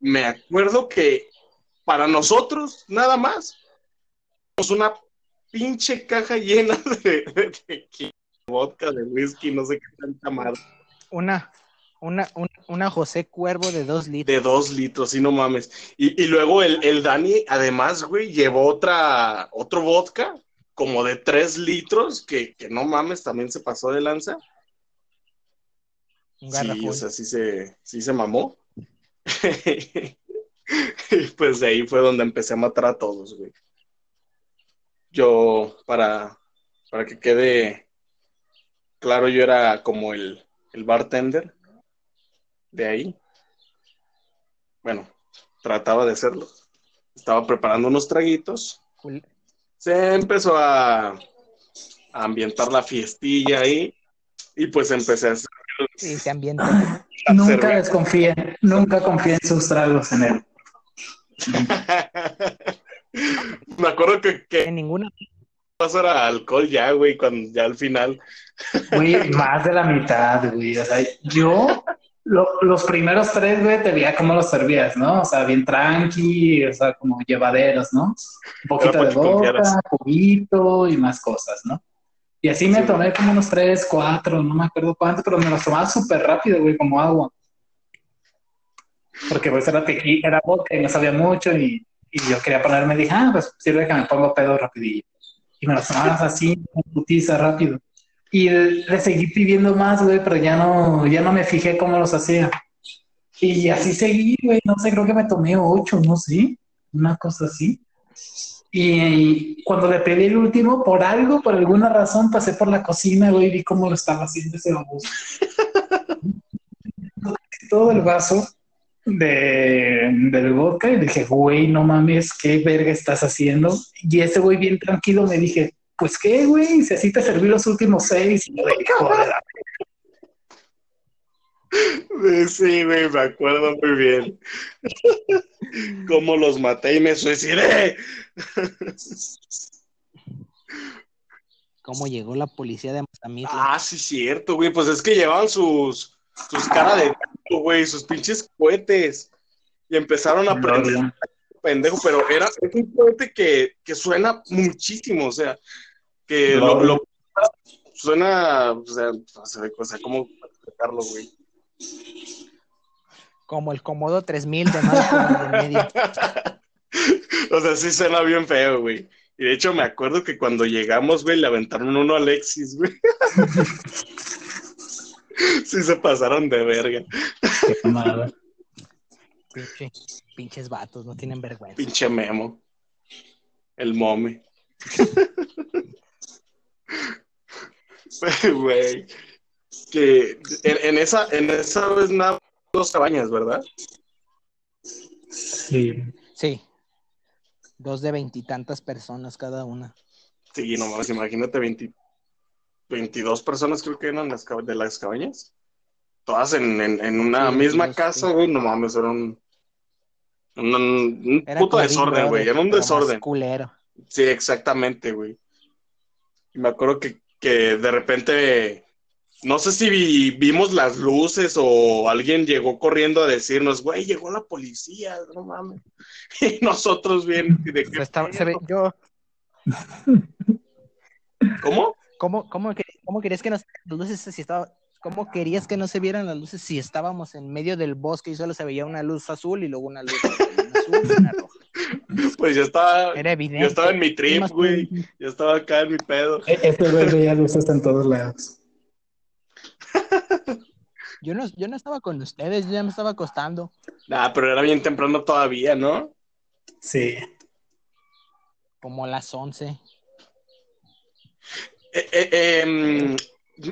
Speaker 1: Me acuerdo que para nosotros, nada más, teníamos una pinche caja llena de, de tequila. vodka, de whisky, no sé qué tanta madre.
Speaker 3: Una, una, una, una José Cuervo de dos litros.
Speaker 1: De dos litros, sí, no mames. Y, y luego el, el Dani, además, güey, llevó otra, otro vodka, como de tres litros, que, que no mames, también se pasó de lanza. Sí,
Speaker 3: Un garrafón.
Speaker 1: o sea, sí se, sí se mamó. y pues de ahí fue donde empecé a matar a todos, güey. Yo, para, para que quede claro, yo era como el, el bartender de ahí. Bueno, trataba de hacerlo. Estaba preparando unos traguitos
Speaker 3: Cul-
Speaker 1: se empezó a, a ambientar la fiestilla ahí y pues empecé a hacer
Speaker 3: Y se ambientó.
Speaker 1: la
Speaker 2: Nunca
Speaker 1: cerveza.
Speaker 2: desconfíen, nunca confíen sus tragos en él.
Speaker 1: Me acuerdo que, que
Speaker 3: En ninguna.
Speaker 1: paso era alcohol ya, güey, cuando ya al final.
Speaker 2: Güey, más de la mitad, güey. O sea, yo lo- los primeros tres, güey, te veía cómo los servías, ¿no? O sea, bien tranqui, o sea, como llevaderos, ¿no? Un
Speaker 1: Era
Speaker 2: poquito
Speaker 1: para
Speaker 2: de
Speaker 1: que confiaras.
Speaker 2: boca, juguito y más cosas, ¿no? Y así me
Speaker 1: Sí.
Speaker 2: tomé como unos tres, cuatro, no me acuerdo cuánto, pero me los tomaba súper rápido, güey, como agua. Porque pues era tequila, era vodka y no sabía mucho y, y yo quería ponerme, dije, ah, pues sirve que me pongo pedo rapidillo. Y me los tomabas así, con putiza, rápido. Y le seguí pidiendo más, güey, pero ya no, ya no me fijé cómo los hacía. Y así seguí, güey, no sé, creo que me tomé ocho, no sé, una cosa así. Y cuando le pedí el último, por algo, por alguna razón, pasé por la cocina, güey, y vi cómo lo estaba haciendo ese baboso. Todo el vaso de, del vodka y dije, güey, no mames, qué verga estás haciendo. Y ese güey bien tranquilo me dije, pues qué, güey, si así te serví los últimos seis. Y yo, hijo de la-
Speaker 1: Sí, güey, me acuerdo muy bien. Cómo los maté y me suicidé.
Speaker 3: ¿Cómo llegó la policía de Mazamitla?
Speaker 1: Ah, sí, cierto, güey. Pues es que llevaban sus, sus caras de taco, güey, sus pinches cohetes. Y empezaron a prender pendejo, pero era es un cohete que, que suena muchísimo, o sea, que lo, lo- suena, o sea, no sé, o sea, cómo explicarlo, güey.
Speaker 3: Como el Comodo 3000 de Marco del Medio.
Speaker 1: O sea, sí suena bien feo, güey. Y de hecho me acuerdo que cuando llegamos, güey, le aventaron uno a Alexis, güey. sí se pasaron de verga.
Speaker 2: Qué mal,
Speaker 3: Pinche- pinches vatos, no tienen vergüenza.
Speaker 1: Pinche Memo. El mome. Pero, Güey. Que en, en esa, en esa vez nada, dos cabañas, ¿verdad?
Speaker 2: Sí.
Speaker 3: Sí. Dos de veintitantas personas cada una.
Speaker 1: Sí, no mames, imagínate 20 22 personas creo que eran las, cab- de las cabañas. Todas en, en- en una
Speaker 3: Sí,
Speaker 1: misma
Speaker 3: los-
Speaker 1: casa,
Speaker 3: sí.
Speaker 1: güey, no mames, era un, un, un
Speaker 3: Era
Speaker 1: puto
Speaker 3: como Big
Speaker 1: desorden,
Speaker 3: Brother,
Speaker 1: güey, era un
Speaker 3: pero más
Speaker 1: desorden.
Speaker 3: culero.
Speaker 1: Sí, exactamente, güey. Y me acuerdo que, que de repente, no sé si vi- vimos las luces o alguien llegó corriendo a decirnos, güey, llegó la policía, no mames. Y nosotros bien, ¿de qué
Speaker 3: Yo Pues estaba- se ve-
Speaker 1: pedo?
Speaker 3: yo,
Speaker 1: ¿Cómo?
Speaker 3: ¿cómo, cómo, que- cómo querías que nos las luces si estaba, cómo querías que no se vieran las luces si estábamos en medio del bosque y solo se veía una luz azul y luego una luz una azul y una roja?
Speaker 1: Pues yo estaba,
Speaker 3: Era evidente.
Speaker 1: yo estaba en mi trip,
Speaker 3: Más-
Speaker 1: güey. Yo estaba acá en mi pedo.
Speaker 2: E- Este güey veía luces en todos lados.
Speaker 3: Yo no, yo no estaba con ustedes, yo ya me estaba acostando.
Speaker 1: Nah, pero era bien temprano todavía, ¿no?
Speaker 2: Sí.
Speaker 3: Como a las 11.
Speaker 1: Eh, eh, em,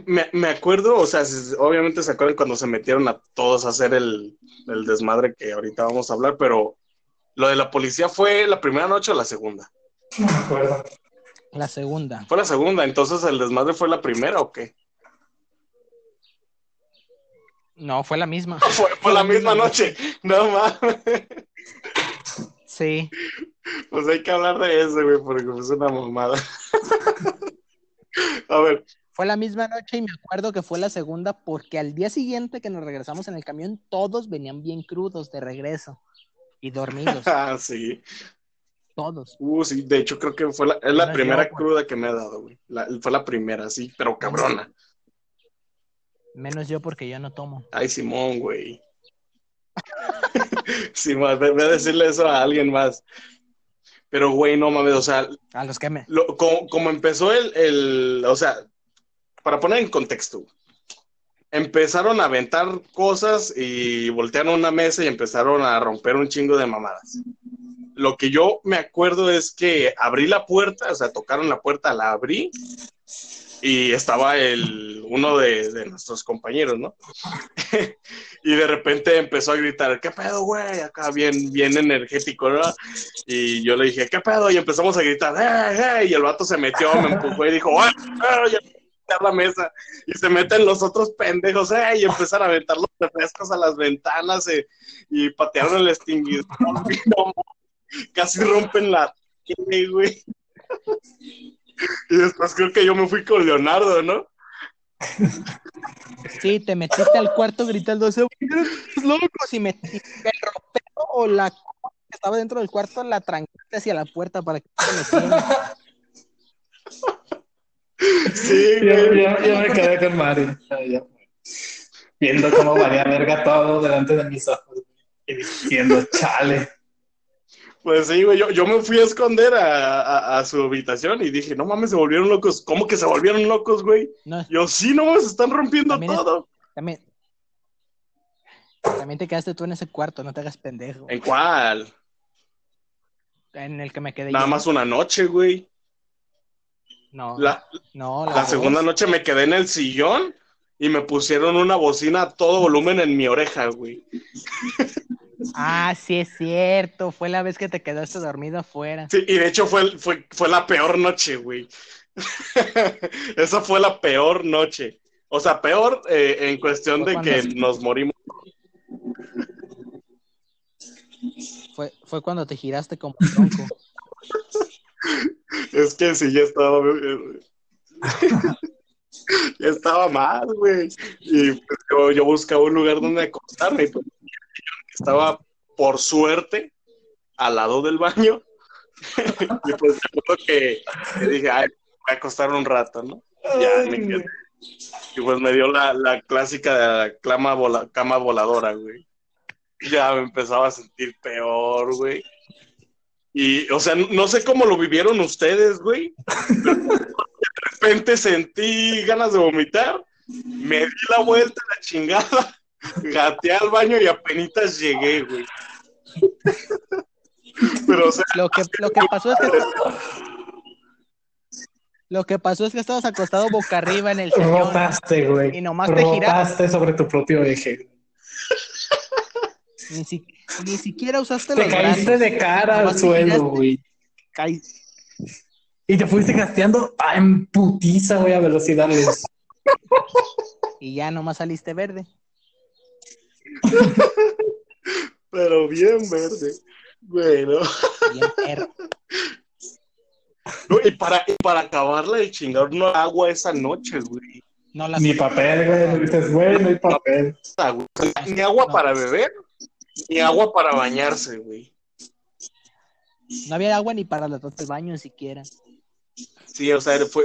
Speaker 1: me, me acuerdo, o sea, s- obviamente se acuerdan cuando se metieron a todos a hacer el, el desmadre que ahorita vamos a hablar, pero lo de la policía fue la primera noche o la segunda.
Speaker 2: No me acuerdo.
Speaker 3: La segunda.
Speaker 1: Fue la segunda, entonces el desmadre fue la primera o qué?
Speaker 3: No, fue la misma.
Speaker 1: Fue, fue la misma noche, no mames.
Speaker 3: Sí.
Speaker 1: Pues hay que hablar de eso, güey, porque pues es una mamada. A ver,
Speaker 3: Fue la misma noche y me acuerdo que fue la segunda porque al día siguiente que nos regresamos en el camión todos venían bien crudos de regreso y dormidos.
Speaker 1: Ah, sí.
Speaker 3: Todos.
Speaker 1: Uh, sí, de hecho creo que fue la, es
Speaker 3: Yo
Speaker 1: la
Speaker 3: la
Speaker 1: primera
Speaker 3: llevo, güey.
Speaker 1: cruda que me ha dado, güey. La- fue la primera, sí, pero cabrona.
Speaker 3: Menos yo porque yo no tomo.
Speaker 1: Ay, Simón, güey. Simón, ve, ve a decirle eso a alguien más. Pero, güey, no mames, o sea,
Speaker 3: A los que me.
Speaker 1: lo- como, como empezó el, el- o sea, para poner en contexto, empezaron a aventar cosas y voltearon una mesa y empezaron a romper un chingo de mamadas. Lo que yo me acuerdo es que abrí la puerta, o sea, tocaron la puerta, la abrí y estaba el, uno de, de nuestros compañeros, ¿no? y de repente empezó a gritar, ¿qué pedo, güey? Acá bien, bien energético, ¿no? Y yo le dije, ¿qué pedo? Y empezamos a gritar, ¡eh, eh! Y el vato se metió, me empujó y dijo, ¡ah, ah, ya voy a quitar la mesa! Y se meten los otros pendejos, ¡eh! Y empezaron a aventar los refrescos a las ventanas eh, y patearon el extinguidor. No, Casi rompen la tele, güey. Y después creo que yo me fui con Leonardo, ¿no?
Speaker 3: Sí, te metiste al cuarto gritando, "Se volvieron los locos", y metiste el ropero o la c- que estaba dentro del cuarto, la trancaste hacia la puerta para que no se metieran.
Speaker 1: Sí,
Speaker 2: Yo,
Speaker 1: güey.
Speaker 2: yo- yo me quedé con Mario. Yo- Viendo cómo valía verga todo delante de mis ojos. Y diciendo, chale.
Speaker 1: Pues sí, güey. Yo, yo me fui a esconder a, a- a su habitación y dije, no mames, se volvieron locos. ¿Cómo que se volvieron locos, güey?
Speaker 3: No,
Speaker 1: Yo, sí, no, se están rompiendo
Speaker 3: También es-
Speaker 1: todo.
Speaker 3: también. También te quedaste tú en ese cuarto, no te hagas pendejo.
Speaker 1: ¿En cuál?
Speaker 3: En el que me quedé
Speaker 1: Nada
Speaker 3: yo.
Speaker 1: más una noche, güey.
Speaker 3: No,
Speaker 1: La,
Speaker 3: no,
Speaker 1: la
Speaker 3: dos.
Speaker 1: segunda noche me quedé en el sillón y me pusieron una bocina a todo volumen en mi oreja, güey.
Speaker 3: Ah, sí es cierto. Fue la vez que te quedaste dormido afuera.
Speaker 1: Sí, y de hecho fue, fue, fue la peor noche, güey. Esa fue la peor noche. O sea, peor eh, en cuestión
Speaker 3: Fue
Speaker 1: de
Speaker 3: cuando
Speaker 1: que
Speaker 3: se-
Speaker 1: nos morimos.
Speaker 3: Fue, fue cuando te giraste como tronco.
Speaker 1: Es que sí, ya estaba... eh, ya estaba mal, güey. Y pues, yo, yo buscaba un lugar donde acostarme. y, pues, estaba, por suerte, al lado del baño. y pues me acuerdo que, que dije, ay, voy a acostar un rato, ¿no? Ya, me quedé. Y pues me dio la, la clásica de la clama vola- cama voladora, güey. Ya me empezaba a sentir peor, güey. Y, o sea, no sé cómo lo vivieron ustedes, güey. De repente sentí ganas de vomitar. Me di la vuelta a la chingada. Gateé al baño y apenas llegué, güey. Pero, o sea,
Speaker 3: Lo que, lo que pasó es que. Lo que pasó es que estabas acostado boca arriba en el sillón.
Speaker 2: Rotaste, güey.
Speaker 3: Y nomás te giraste.
Speaker 2: Rotaste sobre tu propio eje.
Speaker 3: Ni, si- ni siquiera usaste
Speaker 2: Te
Speaker 3: los
Speaker 2: caíste
Speaker 3: brazos.
Speaker 2: de cara al
Speaker 3: Nomás te
Speaker 2: suelo,
Speaker 3: giraste.
Speaker 2: güey.
Speaker 3: Caí-
Speaker 2: Y te fuiste gasteando ah, en putiza, güey, a velocidades.
Speaker 3: Y ya nomás saliste verde.
Speaker 1: pero bien verde. Bueno.
Speaker 3: Bien perro.
Speaker 1: No, y para, y para acabarla de chingar, no agua esa noche, güey.
Speaker 3: No la
Speaker 2: Ni papel, güey. Dices, güey, no hay papel.
Speaker 1: Puta, güey. Ni agua para beber, ni agua para bañarse, güey.
Speaker 3: No había agua ni para los dos baños siquiera.
Speaker 1: Sí, o sea, fue.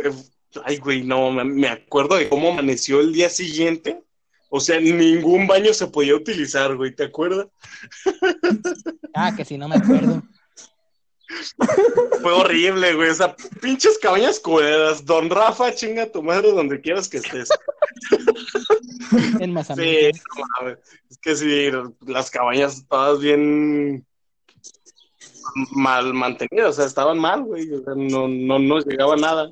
Speaker 1: Ay, güey, no, me- me acuerdo de cómo amaneció el día siguiente. O sea, ningún baño se podía utilizar, güey, ¿te acuerdas?
Speaker 3: Ah, que si no me acuerdo.
Speaker 1: Fue horrible, güey. O sea, pinches cabañas culeras. Don Rafa, chinga tu madre donde quieras que estés.
Speaker 3: En
Speaker 1: Sí,
Speaker 3: Mazamitla.
Speaker 1: no mames. es que sí, las cabañas todas bien mal mantenidas, o sea, estaban mal, güey, o sea, no, no, no llegaba nada.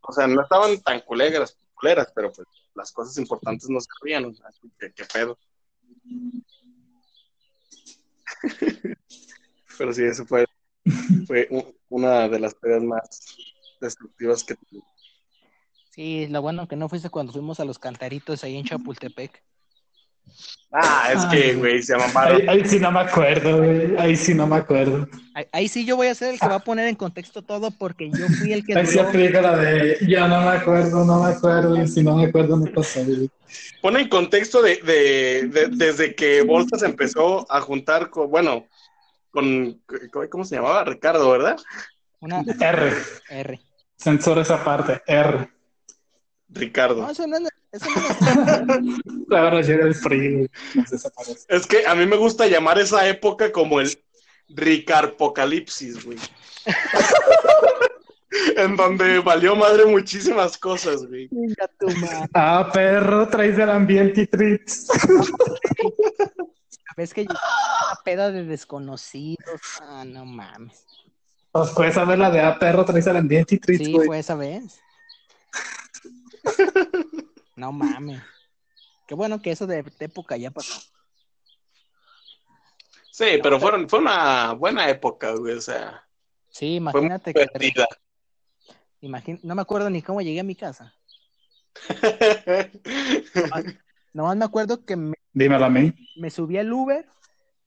Speaker 1: O sea, no estaban tan culeras, culeras, pero pues las cosas importantes no servían, o sea, qué, qué pedo. pero sí, eso fue, fue u- una de las pedas más destructivas que tuve.
Speaker 3: Sí, lo bueno que no fuiste cuando fuimos a los cantaritos ahí en Chapultepec.
Speaker 1: Ah, es que,
Speaker 2: Ay.
Speaker 1: güey, se
Speaker 2: Ahí,
Speaker 1: amamparon.
Speaker 2: ahí sí no me acuerdo, güey. Ahí sí no me acuerdo.
Speaker 3: Ahí, ahí sí yo voy a ser el que va a poner en contexto todo porque yo fui el que
Speaker 2: Ahí se
Speaker 3: duró
Speaker 2: aplica la de yo no me acuerdo, no me acuerdo, y si no me acuerdo no pasa. güey.
Speaker 1: Pone en contexto de, de- de- desde que Bolsas empezó a juntar, con, bueno, con, ¿cómo se llamaba? Ricardo, ¿verdad?
Speaker 3: Una
Speaker 2: R.
Speaker 3: R.
Speaker 2: Censura esa parte. R.
Speaker 1: Ricardo.
Speaker 3: No, eso no es. Eso no es-
Speaker 2: Claro, yo era el frío. Nos desaparece.
Speaker 1: Es que a mí me gusta llamar esa época como el Ricarpocalipsis, güey. en donde valió madre muchísimas cosas, güey.
Speaker 3: Chinga tu madre.
Speaker 2: Ah, perro, traes del ambiente y trips.
Speaker 3: Ves que yo- una peda de desconocidos. Ah, no mames.
Speaker 2: Pues fue esa vez la de ah, perro, traes del ambiente y trips,
Speaker 3: Sí,
Speaker 2: güey.
Speaker 3: fue esa vez. No mames. Qué bueno que eso de de época ya pasó.
Speaker 1: Sí, pero fueron, fue una buena época, güey. O sea,
Speaker 3: Sí,
Speaker 1: fue muy
Speaker 3: imagínate que.
Speaker 1: divertida.
Speaker 3: imagín- no me acuerdo ni cómo llegué a mi casa. Nomás me acuerdo que me,
Speaker 2: Dímelo a mí.
Speaker 3: me subí al Uber,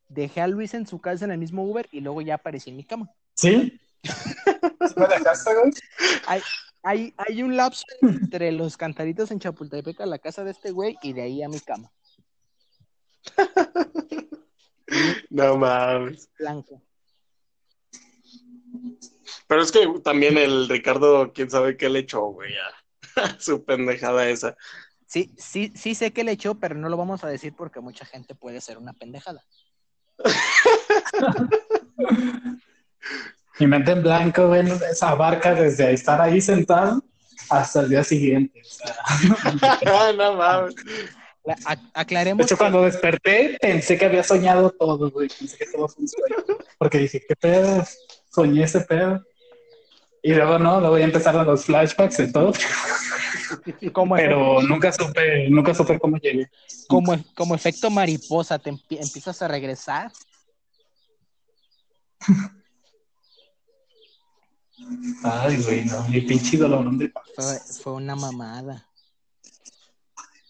Speaker 3: dejé a Luis en su casa en el mismo Uber y luego ya aparecí en mi cama.
Speaker 2: ¿Sí? ¿Sí ¿Me dejaste, güey?
Speaker 3: Hay, hay un lapso entre los cantaritos en Chapultepec a la casa de este güey y de ahí a mi cama.
Speaker 1: no mames.
Speaker 3: Blanco.
Speaker 1: Pero es que también el Ricardo, quién sabe qué le echó, güey, ya. Su pendejada esa.
Speaker 3: Sí, sí, sí sé que le echó, pero no lo vamos a decir porque mucha gente puede ser una pendejada.
Speaker 2: Mi mente en blanco, güey, esa abarca desde estar ahí sentado hasta el día siguiente. o sea.
Speaker 1: no mames.
Speaker 3: La- ac-
Speaker 2: de
Speaker 3: aclaremos
Speaker 2: hecho,
Speaker 3: que-
Speaker 2: cuando desperté, pensé que había soñado todo, güey. Pensé que todo fue un sueño. Porque dije, ¿qué pedo? Soñé ese pedo. Y luego no, luego ya empezaron los flashbacks y todo.
Speaker 3: como, efecto,
Speaker 2: Pero nunca supe, nunca supe cómo llegué.
Speaker 3: como, como efecto mariposa, te empie- empiezas a regresar.
Speaker 2: Ay, güey, no, mi pinche dolor de
Speaker 3: Fue, fue una mamada.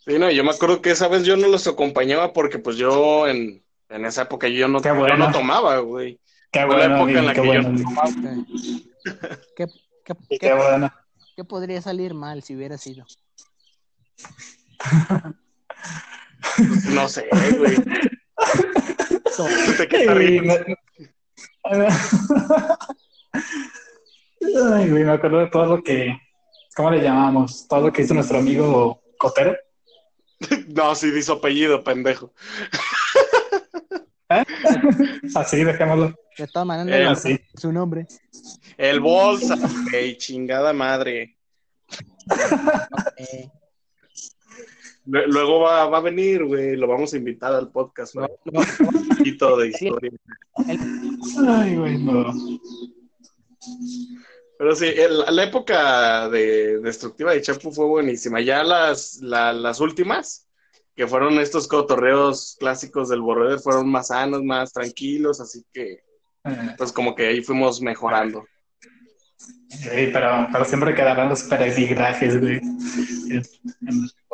Speaker 1: Sí, no, yo me acuerdo que esa vez yo no los acompañaba porque pues yo en, en esa época yo no,
Speaker 2: Qué
Speaker 1: yo
Speaker 2: bueno.
Speaker 1: no tomaba, güey.
Speaker 2: Qué
Speaker 1: Fue la
Speaker 2: bueno,
Speaker 1: época en
Speaker 2: Vivi,
Speaker 1: la
Speaker 2: qué
Speaker 1: que
Speaker 2: bueno.
Speaker 1: yo-
Speaker 2: Vivi,
Speaker 3: ¿Qué, qué-
Speaker 2: Qué,
Speaker 3: qué-
Speaker 2: bueno.
Speaker 3: qué podría salir mal si hubiera sido?
Speaker 1: No sé, güey.
Speaker 3: So-
Speaker 1: Te queda
Speaker 2: Ay,
Speaker 1: riendo.
Speaker 2: me- Ay, güey, me acuerdo de todo lo que, ¿cómo le llamamos? Todo lo que hizo nuestro amigo Cotero.
Speaker 1: No, sí, di su apellido, pendejo.
Speaker 2: Así, dejémoslo
Speaker 3: De todas maneras,
Speaker 1: Eh,
Speaker 3: no-
Speaker 2: así.
Speaker 3: su nombre.
Speaker 1: El bolsa, güey, chingada madre.
Speaker 3: Eh,
Speaker 1: Lue- Luego va, va a venir, güey, lo vamos a invitar al podcast, ¿no?
Speaker 3: lo-
Speaker 1: Un poquito de historia.
Speaker 2: Ay, güey, no.
Speaker 1: Pero sí, el- la época de destructiva de Chapu fue buenísima. Ya las, la- las últimas, que fueron estos cotorreos clásicos del Borreder, fueron más sanos, más tranquilos, así que
Speaker 2: Eh,
Speaker 1: pues como que ahí fuimos mejorando.
Speaker 2: sí, pero, pero siempre quedarán los peregrinajes, güey. Es-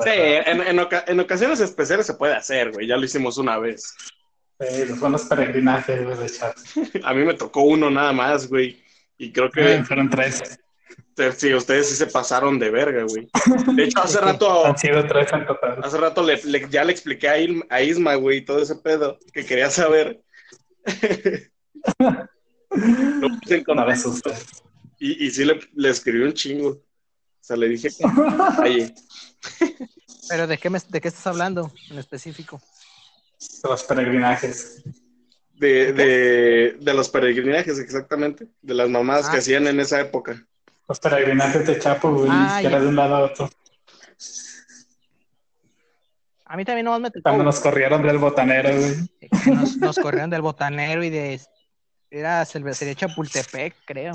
Speaker 1: Sí, en, en oca- en ocasiones especiales se puede hacer, güey, ya lo hicimos una vez.
Speaker 2: Sí, los buenos peregrinajes, güey, de chat.
Speaker 1: A mí me tocó uno nada más, güey, y creo que...
Speaker 2: Eh, Fueron tres.
Speaker 1: Ter- Sí, ustedes sí se pasaron de verga, güey. De hecho, hace rato,
Speaker 2: Han sido tres en total.
Speaker 1: hace rato le- le- ya le expliqué a, Il- a Isma, güey, todo ese pedo que quería saber. Lo puse en
Speaker 2: Una
Speaker 1: contacto
Speaker 2: vez ustedes.
Speaker 1: pues, y, y sí le, le escribí un chingo. O sea, le dije, oye,
Speaker 3: Pero ¿de qué, me- ¿de qué estás hablando en específico?
Speaker 2: Los peregrinajes.
Speaker 1: de, de, de los peregrinajes, exactamente, de las mamadas que
Speaker 3: Ah.
Speaker 1: hacían en esa época.
Speaker 2: Los peregrinajes de Chapo, güey,
Speaker 3: Ah,
Speaker 2: que
Speaker 3: ya.
Speaker 2: era de un lado a otro.
Speaker 3: A mí también nomás me tocó.
Speaker 2: Cuando nos corrieron del botanero, güey.
Speaker 3: que Nos, nos corrieron del botanero y de... Era cervecería Chapultepec, creo.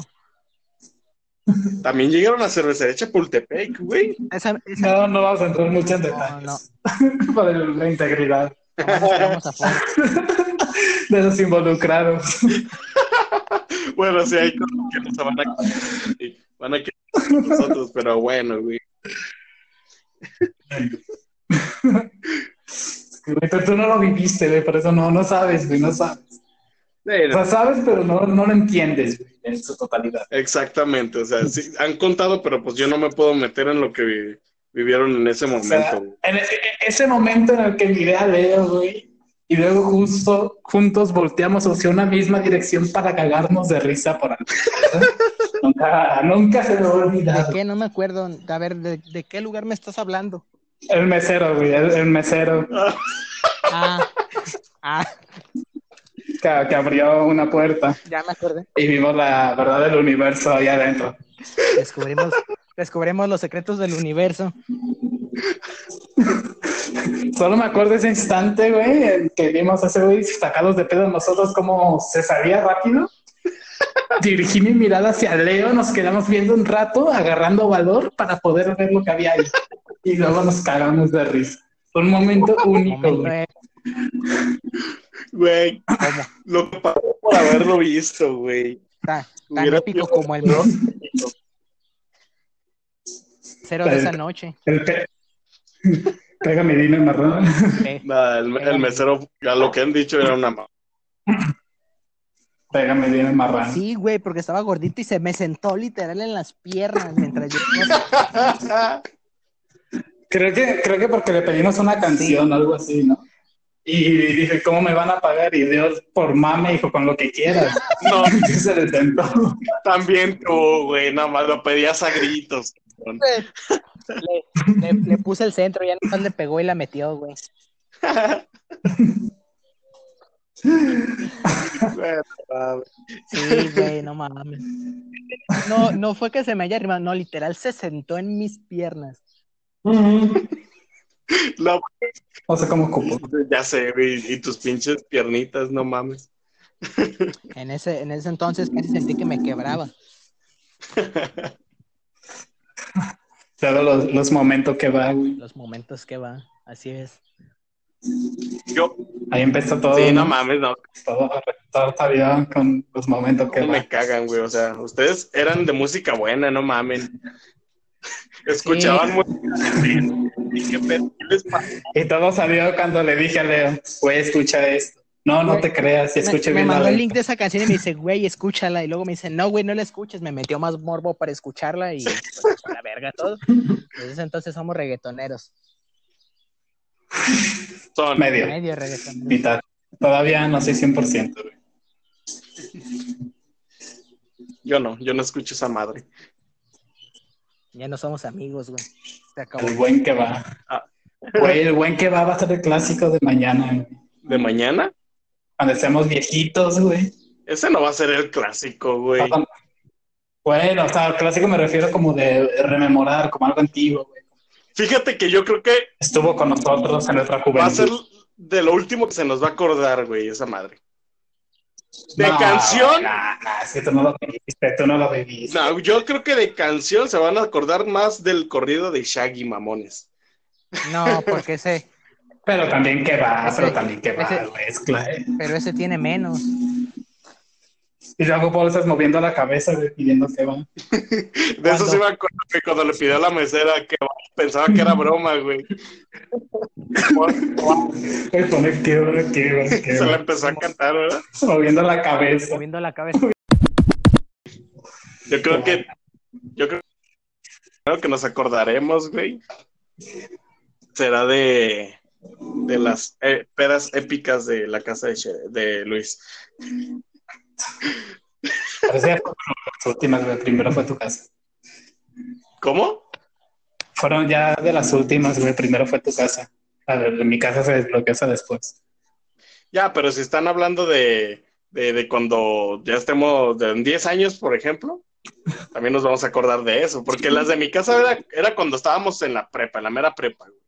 Speaker 1: También llegaron a cervecería Chapultepec, güey.
Speaker 3: Esa, esa
Speaker 2: No, no vamos a entrar mucho en
Speaker 3: No,
Speaker 2: detalles. Por el- la integridad
Speaker 3: nomás nos quedamos afuera.
Speaker 2: de los involucrados.
Speaker 1: Bueno, sí, hay cosas que nos van a, van a quedar con nosotros, pero bueno, güey.
Speaker 2: Güey, pero tú no lo viviste, güey, por eso no, no sabes, güey, no sabes.
Speaker 1: Sí,
Speaker 2: O sea, sabes, pero no, no lo entiendes, güey, en su totalidad.
Speaker 1: Exactamente, o sea, sí, han contado, pero pues yo no me puedo meter en lo que vi- vivieron en ese
Speaker 2: O sea,
Speaker 1: momento. güey.
Speaker 2: en e- e- ese momento en el que miré a Leo, güey, Y luego justo juntos volteamos hacia una misma dirección para cagarnos de risa por algo. nunca, nunca se me va a
Speaker 3: ¿De
Speaker 2: olvidar.
Speaker 3: qué? No me acuerdo. A ver, ¿de, de qué lugar me estás hablando?
Speaker 2: El mesero, güey, el, el mesero
Speaker 3: Ah, ah,
Speaker 2: que, que abrió una puerta
Speaker 3: ya me acordé.
Speaker 2: y vimos la verdad del universo ahí adentro.
Speaker 3: Descubrimos, descubrimos los secretos del universo.
Speaker 2: Solo me acuerdo ese instante, güey, en que vimos a ese güey sacados de pedo nosotros como se sabía rápido. Dirigí mi mirada hacia Leo, nos quedamos viendo un rato, agarrando valor para poder ver lo que había ahí. Y luego nos cagamos de risa. Fue un momento único,
Speaker 3: Momento,
Speaker 2: güey.
Speaker 3: eh,
Speaker 1: Güey, lo que pasó por haberlo visto, güey.
Speaker 3: tan, tan
Speaker 1: Hubiera
Speaker 3: épico
Speaker 1: sido-
Speaker 3: como el
Speaker 1: ¿no?
Speaker 3: cero de esa noche.
Speaker 2: El pe... Pega mi dime, marrón.
Speaker 3: Eh,
Speaker 1: Nada, el, el mesero, a lo que han dicho, era una ma-
Speaker 2: Pega mi dime, marrón.
Speaker 3: Sí, güey, porque estaba gordito y se me sentó literal en las piernas mientras yo...
Speaker 2: Creo que, creo que porque le pedimos una canción o algo así, ¿no? Y dije, ¿cómo me van a pagar? Y Dios, por mame, dijo, con lo que quieras.
Speaker 1: No,
Speaker 2: Y se le sentó.
Speaker 1: también tú, güey, nada más lo pedías a gritos. cabrón.
Speaker 3: Le, le- le puse el centro, ya nomás le pegó y la metió, güey.
Speaker 1: Bueno, mames.
Speaker 3: Sí, güey, no mames. No, no fue que se me haya arrimado, no, literal se sentó en mis piernas.
Speaker 1: No, pues,
Speaker 2: No sé cómo ocupó.
Speaker 1: ya sé, güey, y tus pinches piernitas, no mames.
Speaker 3: En ese, en ese entonces casi sentí que me quebraba.
Speaker 2: Claro, los, los momentos que va, güey.
Speaker 3: Los momentos que va, así es.
Speaker 1: Yo,
Speaker 2: Ahí empezó todo.
Speaker 1: sí, no mames, no,
Speaker 2: Todo, toda esta vida con los momentos que
Speaker 1: ¿Cómo
Speaker 2: va.
Speaker 1: me cagan, güey? O sea, ustedes eran de música buena, no mamen. Escuchaban música. ¿Y qué pedo? ¿Qué les pasa?
Speaker 2: Y todo salió cuando le dije a Leo, güey, escucha esto. No, no te creas, si
Speaker 3: Me,
Speaker 2: escuché
Speaker 3: me
Speaker 2: bien la
Speaker 3: mandó el link
Speaker 2: letra.
Speaker 3: de esa canción y me dice, güey, escúchala. Y luego me dice, no, güey, no la escuches. Me metió más morbo para escucharla y pues, a la verga todo. Desde ese entonces somos reggaetoneros.
Speaker 1: Son.
Speaker 2: Medio,
Speaker 3: Medio reggaetoneros.
Speaker 2: mitad. Todavía no soy 100%, güey.
Speaker 1: Yo no, yo no escucho esa madre.
Speaker 3: Ya no somos amigos, güey. Se acabó.
Speaker 2: El buen que va.
Speaker 1: Ah.
Speaker 2: Güey, el buen que va va a ser el clásico de mañana, güey.
Speaker 1: ¿De mañana?
Speaker 2: Cuando estemos viejitos, güey.
Speaker 1: Ese no va a ser el clásico, güey.
Speaker 2: Bueno, o sea, al clásico me refiero como de rememorar, como algo antiguo, güey.
Speaker 1: Fíjate que yo creo que
Speaker 2: Estuvo con nosotros en nuestra
Speaker 1: va a ser
Speaker 2: juventud.
Speaker 1: de lo último que se nos va a acordar, güey, esa madre. de
Speaker 2: No,
Speaker 1: canción.
Speaker 2: No, no, es que tú no lo viviste, tú no lo viviste.
Speaker 1: No, yo creo que de canción se van a acordar más del corrido de Shaggy Mamones.
Speaker 3: No, porque ese,
Speaker 2: Pero también que va,
Speaker 3: Ese-
Speaker 2: pero también que va,
Speaker 3: ese-
Speaker 2: güey, es claro.
Speaker 3: pero ese tiene menos.
Speaker 2: Y luego Paul estás moviendo la cabeza, güey, pidiendo que va.
Speaker 1: De eso sí me acuerdo que cuando le pidió a la mesera que pensaba que era broma, güey.
Speaker 2: Güey, pone que va, que va, que
Speaker 1: Se la
Speaker 2: va.
Speaker 1: empezó a cantar, ¿verdad?
Speaker 2: Moviendo la cabeza.
Speaker 3: Moviendo la cabeza.
Speaker 1: Yo creo que. Yo creo, creo que nos acordaremos, güey. Será de. De las eh, peras épicas de la casa de, Che- de Luis.
Speaker 2: Parecía que fueron las últimas, güey. Primero fue tu casa.
Speaker 1: ¿Cómo?
Speaker 2: Fueron ya de las últimas, güey. Primero fue tu casa. A ver, mi casa se desbloqueó hasta después.
Speaker 1: Ya, pero si están hablando de, de, de cuando ya estemos de en 10 años, por ejemplo, también nos vamos a acordar de eso, porque las de mi casa era, era cuando estábamos en la prepa, en la mera prepa. güey.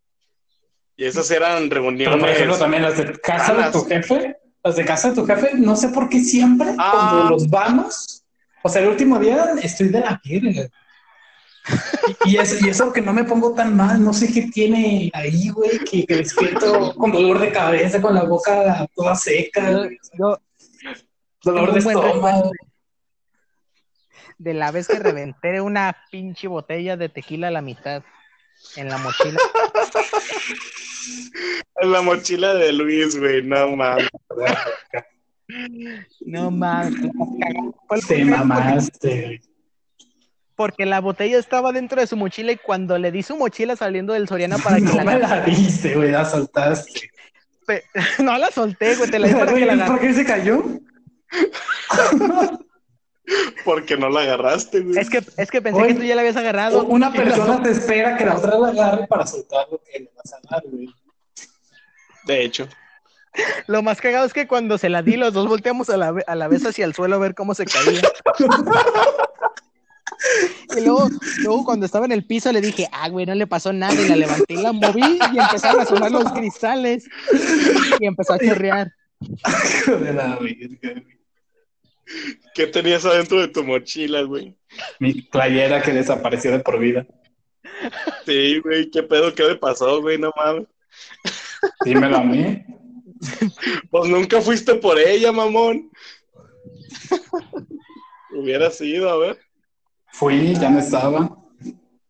Speaker 1: Y esas eran
Speaker 2: Pero por ejemplo,
Speaker 1: reuniones.
Speaker 2: también las de casa
Speaker 1: Ah,
Speaker 2: de tu
Speaker 1: las-
Speaker 2: jefe. Las de casa de tu jefe, no sé por qué siempre,
Speaker 1: Ah.
Speaker 2: cuando los vamos, o sea, el último día estoy de la verga. Y, y es- y eso que no me pongo tan mal, no sé qué tiene ahí, güey, que, que despierto con dolor de cabeza, con la boca toda seca,
Speaker 3: Yo,
Speaker 2: güey,
Speaker 3: yo,
Speaker 2: dolor de
Speaker 3: Un buen
Speaker 2: estómago.
Speaker 3: de la vez que reventé una pinche botella de tequila a la mitad en la mochila.
Speaker 1: En la mochila de Luis, güey, no mames.
Speaker 3: No mames. la cagamos. Fue el
Speaker 2: Te
Speaker 3: primer-
Speaker 2: mamaste, güey.
Speaker 3: Porque la botella estaba dentro de su mochila y cuando le di su mochila saliendo del Soriana para que
Speaker 2: No
Speaker 3: la
Speaker 2: me la dice, güey, la soltaste.
Speaker 3: Pe- No la solté, güey, te la di para que la
Speaker 2: ¿Por
Speaker 3: agarras.
Speaker 2: qué se cayó?
Speaker 1: Porque no la agarraste, güey.
Speaker 3: Es que, es que pensé
Speaker 2: Oye,
Speaker 3: que tú ya la habías agarrado.
Speaker 2: Una
Speaker 3: Y la
Speaker 2: persona te espera que la otra la agarre para soltar lo que le vas a dar, güey.
Speaker 1: De hecho.
Speaker 3: Lo más cagado es que cuando se la di, los dos volteamos a la, ve- a la vez hacia el suelo a ver cómo se caía. Y luego, luego cuando estaba en el piso le dije, ah, güey, no le pasó nada. Y la levanté y la moví y empezaron a sonar los cristales. Y empezó a chorrear.
Speaker 2: Hijo de la verga, güey.
Speaker 1: ¿Qué tenías adentro de tu mochila, güey?
Speaker 2: Mi playera que desapareció de por vida.
Speaker 1: Sí, güey, qué pedo, qué le pasó, güey, no mames.
Speaker 2: Dímelo a mí.
Speaker 1: Pues nunca fuiste por ella, mamón. Hubiera sido, a ver.
Speaker 2: Fui, ya no estaba.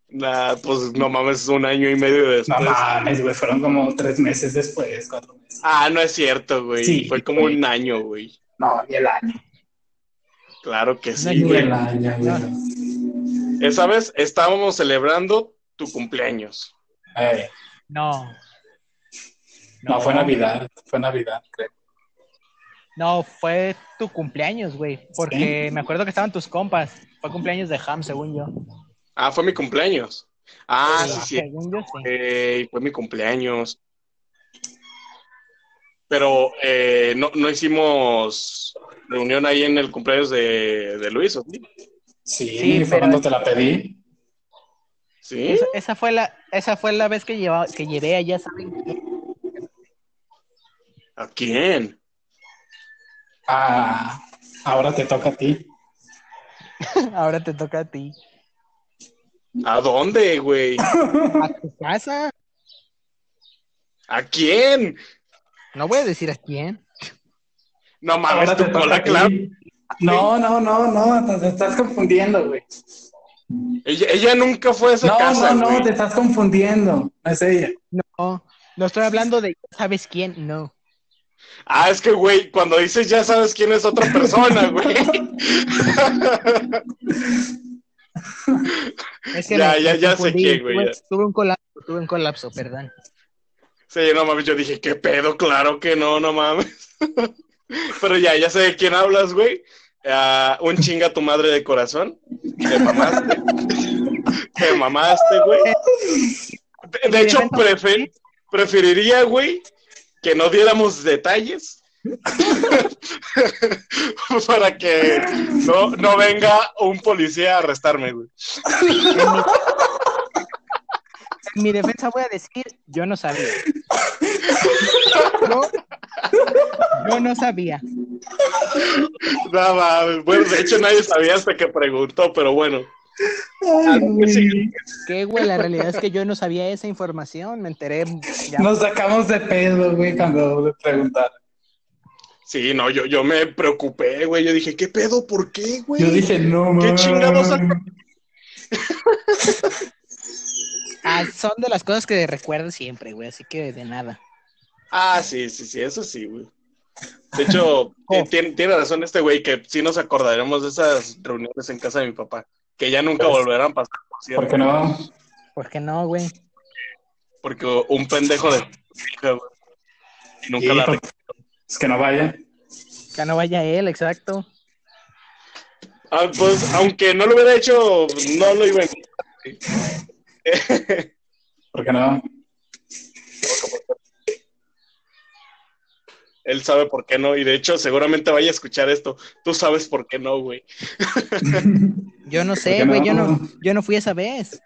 Speaker 1: Nah, pues no mames, un año y medio
Speaker 2: No
Speaker 1: después.
Speaker 2: mames, güey, fueron como tres meses después, cuatro meses.
Speaker 1: Ah, no es cierto, güey.
Speaker 2: Sí,
Speaker 1: Fue como
Speaker 2: güey.
Speaker 1: un año, güey.
Speaker 2: No, ni el año.
Speaker 1: Claro que
Speaker 3: año
Speaker 1: sí,
Speaker 3: y
Speaker 2: Ni
Speaker 1: güey.
Speaker 2: el año, güey.
Speaker 1: Esa vez estábamos celebrando tu cumpleaños.
Speaker 2: Ey,
Speaker 3: No.
Speaker 2: no, fue Navidad, fue Navidad, creo.
Speaker 3: No, fue tu cumpleaños, güey. Porque me acuerdo que estaban tus compas. Fue cumpleaños de Ham, según yo.
Speaker 1: Ah, fue mi cumpleaños. Ah, sí, sí.
Speaker 3: Según yo, sí.
Speaker 1: Ey, Eh, fue mi cumpleaños. Pero eh, no, no hicimos reunión ahí en el cumpleaños de, de Luis, ¿o sí?
Speaker 2: Sí,
Speaker 3: Sí,
Speaker 2: fue
Speaker 3: pero-
Speaker 2: cuando te la pedí.
Speaker 1: Sí.
Speaker 3: Esa, esa fue la, esa fue la vez que, llevaba, que llevé allá, ¿saben?
Speaker 1: ¿A quién?
Speaker 2: Ah, ahora te toca a ti.
Speaker 3: Ahora te toca a ti.
Speaker 1: ¿A dónde, güey?
Speaker 3: ¿A tu casa?
Speaker 1: ¿A quién?
Speaker 3: No voy a decir a quién.
Speaker 1: No
Speaker 2: Ahora
Speaker 1: mames, tu
Speaker 2: te toca
Speaker 1: cola,
Speaker 2: a ti.
Speaker 1: claro.
Speaker 2: No, no, no, no, te estás confundiendo, güey.
Speaker 1: Ella, ella nunca fue a esa
Speaker 2: No,
Speaker 1: casa,
Speaker 2: no,
Speaker 1: güey.
Speaker 2: no, te estás confundiendo. No es ella.
Speaker 3: No, no estoy hablando de sabes quién, no.
Speaker 1: Ah, es que, güey, cuando dices ya sabes quién es otra persona, güey.
Speaker 3: Es que
Speaker 1: Ya,
Speaker 3: me-
Speaker 1: ya,
Speaker 3: me
Speaker 1: ya sé
Speaker 3: confundí.
Speaker 1: quién, güey,
Speaker 3: Tuve,
Speaker 1: ya.
Speaker 3: tuve un colapso, tuve un colapso, perdón.
Speaker 1: Sí, no mames, yo dije, ¿qué pedo? Claro que no, no mames. Pero ya, ya sé de quién hablas, güey. Ah, un chinga tu madre de corazón. Te mamaste. Te mamaste, güey. De, de hecho, prefer- preferiría, güey, que no diéramos detalles. Para que no, no venga un policía a arrestarme, güey.
Speaker 3: En mi defensa voy a decir, yo no sabía. Yo, yo no sabía.
Speaker 1: No mames. Bueno, de hecho, nadie sabía hasta que preguntó, pero bueno.
Speaker 2: Ay, güey.
Speaker 1: Ah, Sí.
Speaker 3: ¿Qué, güey? La realidad es que yo no sabía esa información. Me enteré. ya.
Speaker 2: Nos sacamos de pedo, güey, cuando le preguntaron.
Speaker 1: Sí, no, yo, yo me preocupé, güey. Yo dije, ¿qué pedo? ¿Por qué, güey?
Speaker 2: Yo dije, no, mames.
Speaker 1: ¿Qué chingados saca?
Speaker 3: Ah, son de las cosas que recuerdo siempre, güey. Así que de nada.
Speaker 1: Ah, sí, sí, sí, eso sí, güey. De
Speaker 2: Oh.
Speaker 1: hecho, eh, tiene, tiene razón este güey que sí nos acordaremos de esas reuniones en casa de mi papá, que ya nunca volverán a pasar, por cierto,
Speaker 2: ¿Por qué no?
Speaker 3: ¿Por qué no, güey?
Speaker 1: porque un pendejo de hija, güey, y nunca
Speaker 2: Sí,
Speaker 1: la
Speaker 2: pues, Es que no vaya.
Speaker 3: Que no vaya él, exacto.
Speaker 1: Ah, pues, aunque no lo hubiera hecho, no lo iba a
Speaker 2: ¿Por qué no?
Speaker 1: Él sabe por qué no, y de hecho, seguramente vaya a escuchar esto. Tú sabes por qué no, güey.
Speaker 3: Yo no
Speaker 2: ¿Por
Speaker 3: sé,
Speaker 2: qué
Speaker 3: güey.
Speaker 2: no?
Speaker 3: Yo no, yo no fui esa vez.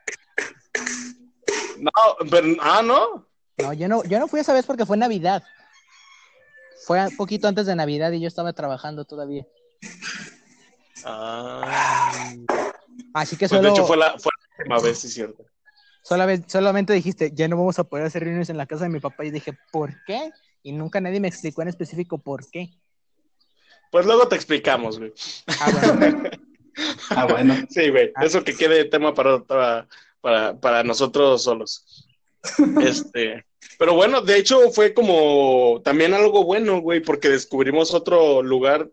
Speaker 1: No, pero, ah, no.
Speaker 3: No, yo no, yo no fui esa vez porque fue Navidad. Fue un poquito antes de Navidad y yo estaba trabajando todavía.
Speaker 1: Ah.
Speaker 3: Así que
Speaker 1: Pues, de
Speaker 3: solo,
Speaker 1: hecho, fue la, fue la última vez, sí, cierto.
Speaker 3: solamente, solamente dijiste, ya no vamos a poder hacer reuniones en la casa de mi papá. Y dije, ¿por qué? Y nunca nadie me explicó en específico por qué.
Speaker 1: Pues luego te explicamos, güey.
Speaker 3: Ah, bueno,
Speaker 2: Ah, bueno.
Speaker 1: Sí, güey. Eso que quede tema para, otra- para, para nosotros solos. Este. Pero bueno, de hecho fue como también algo bueno, güey, porque descubrimos otro lugar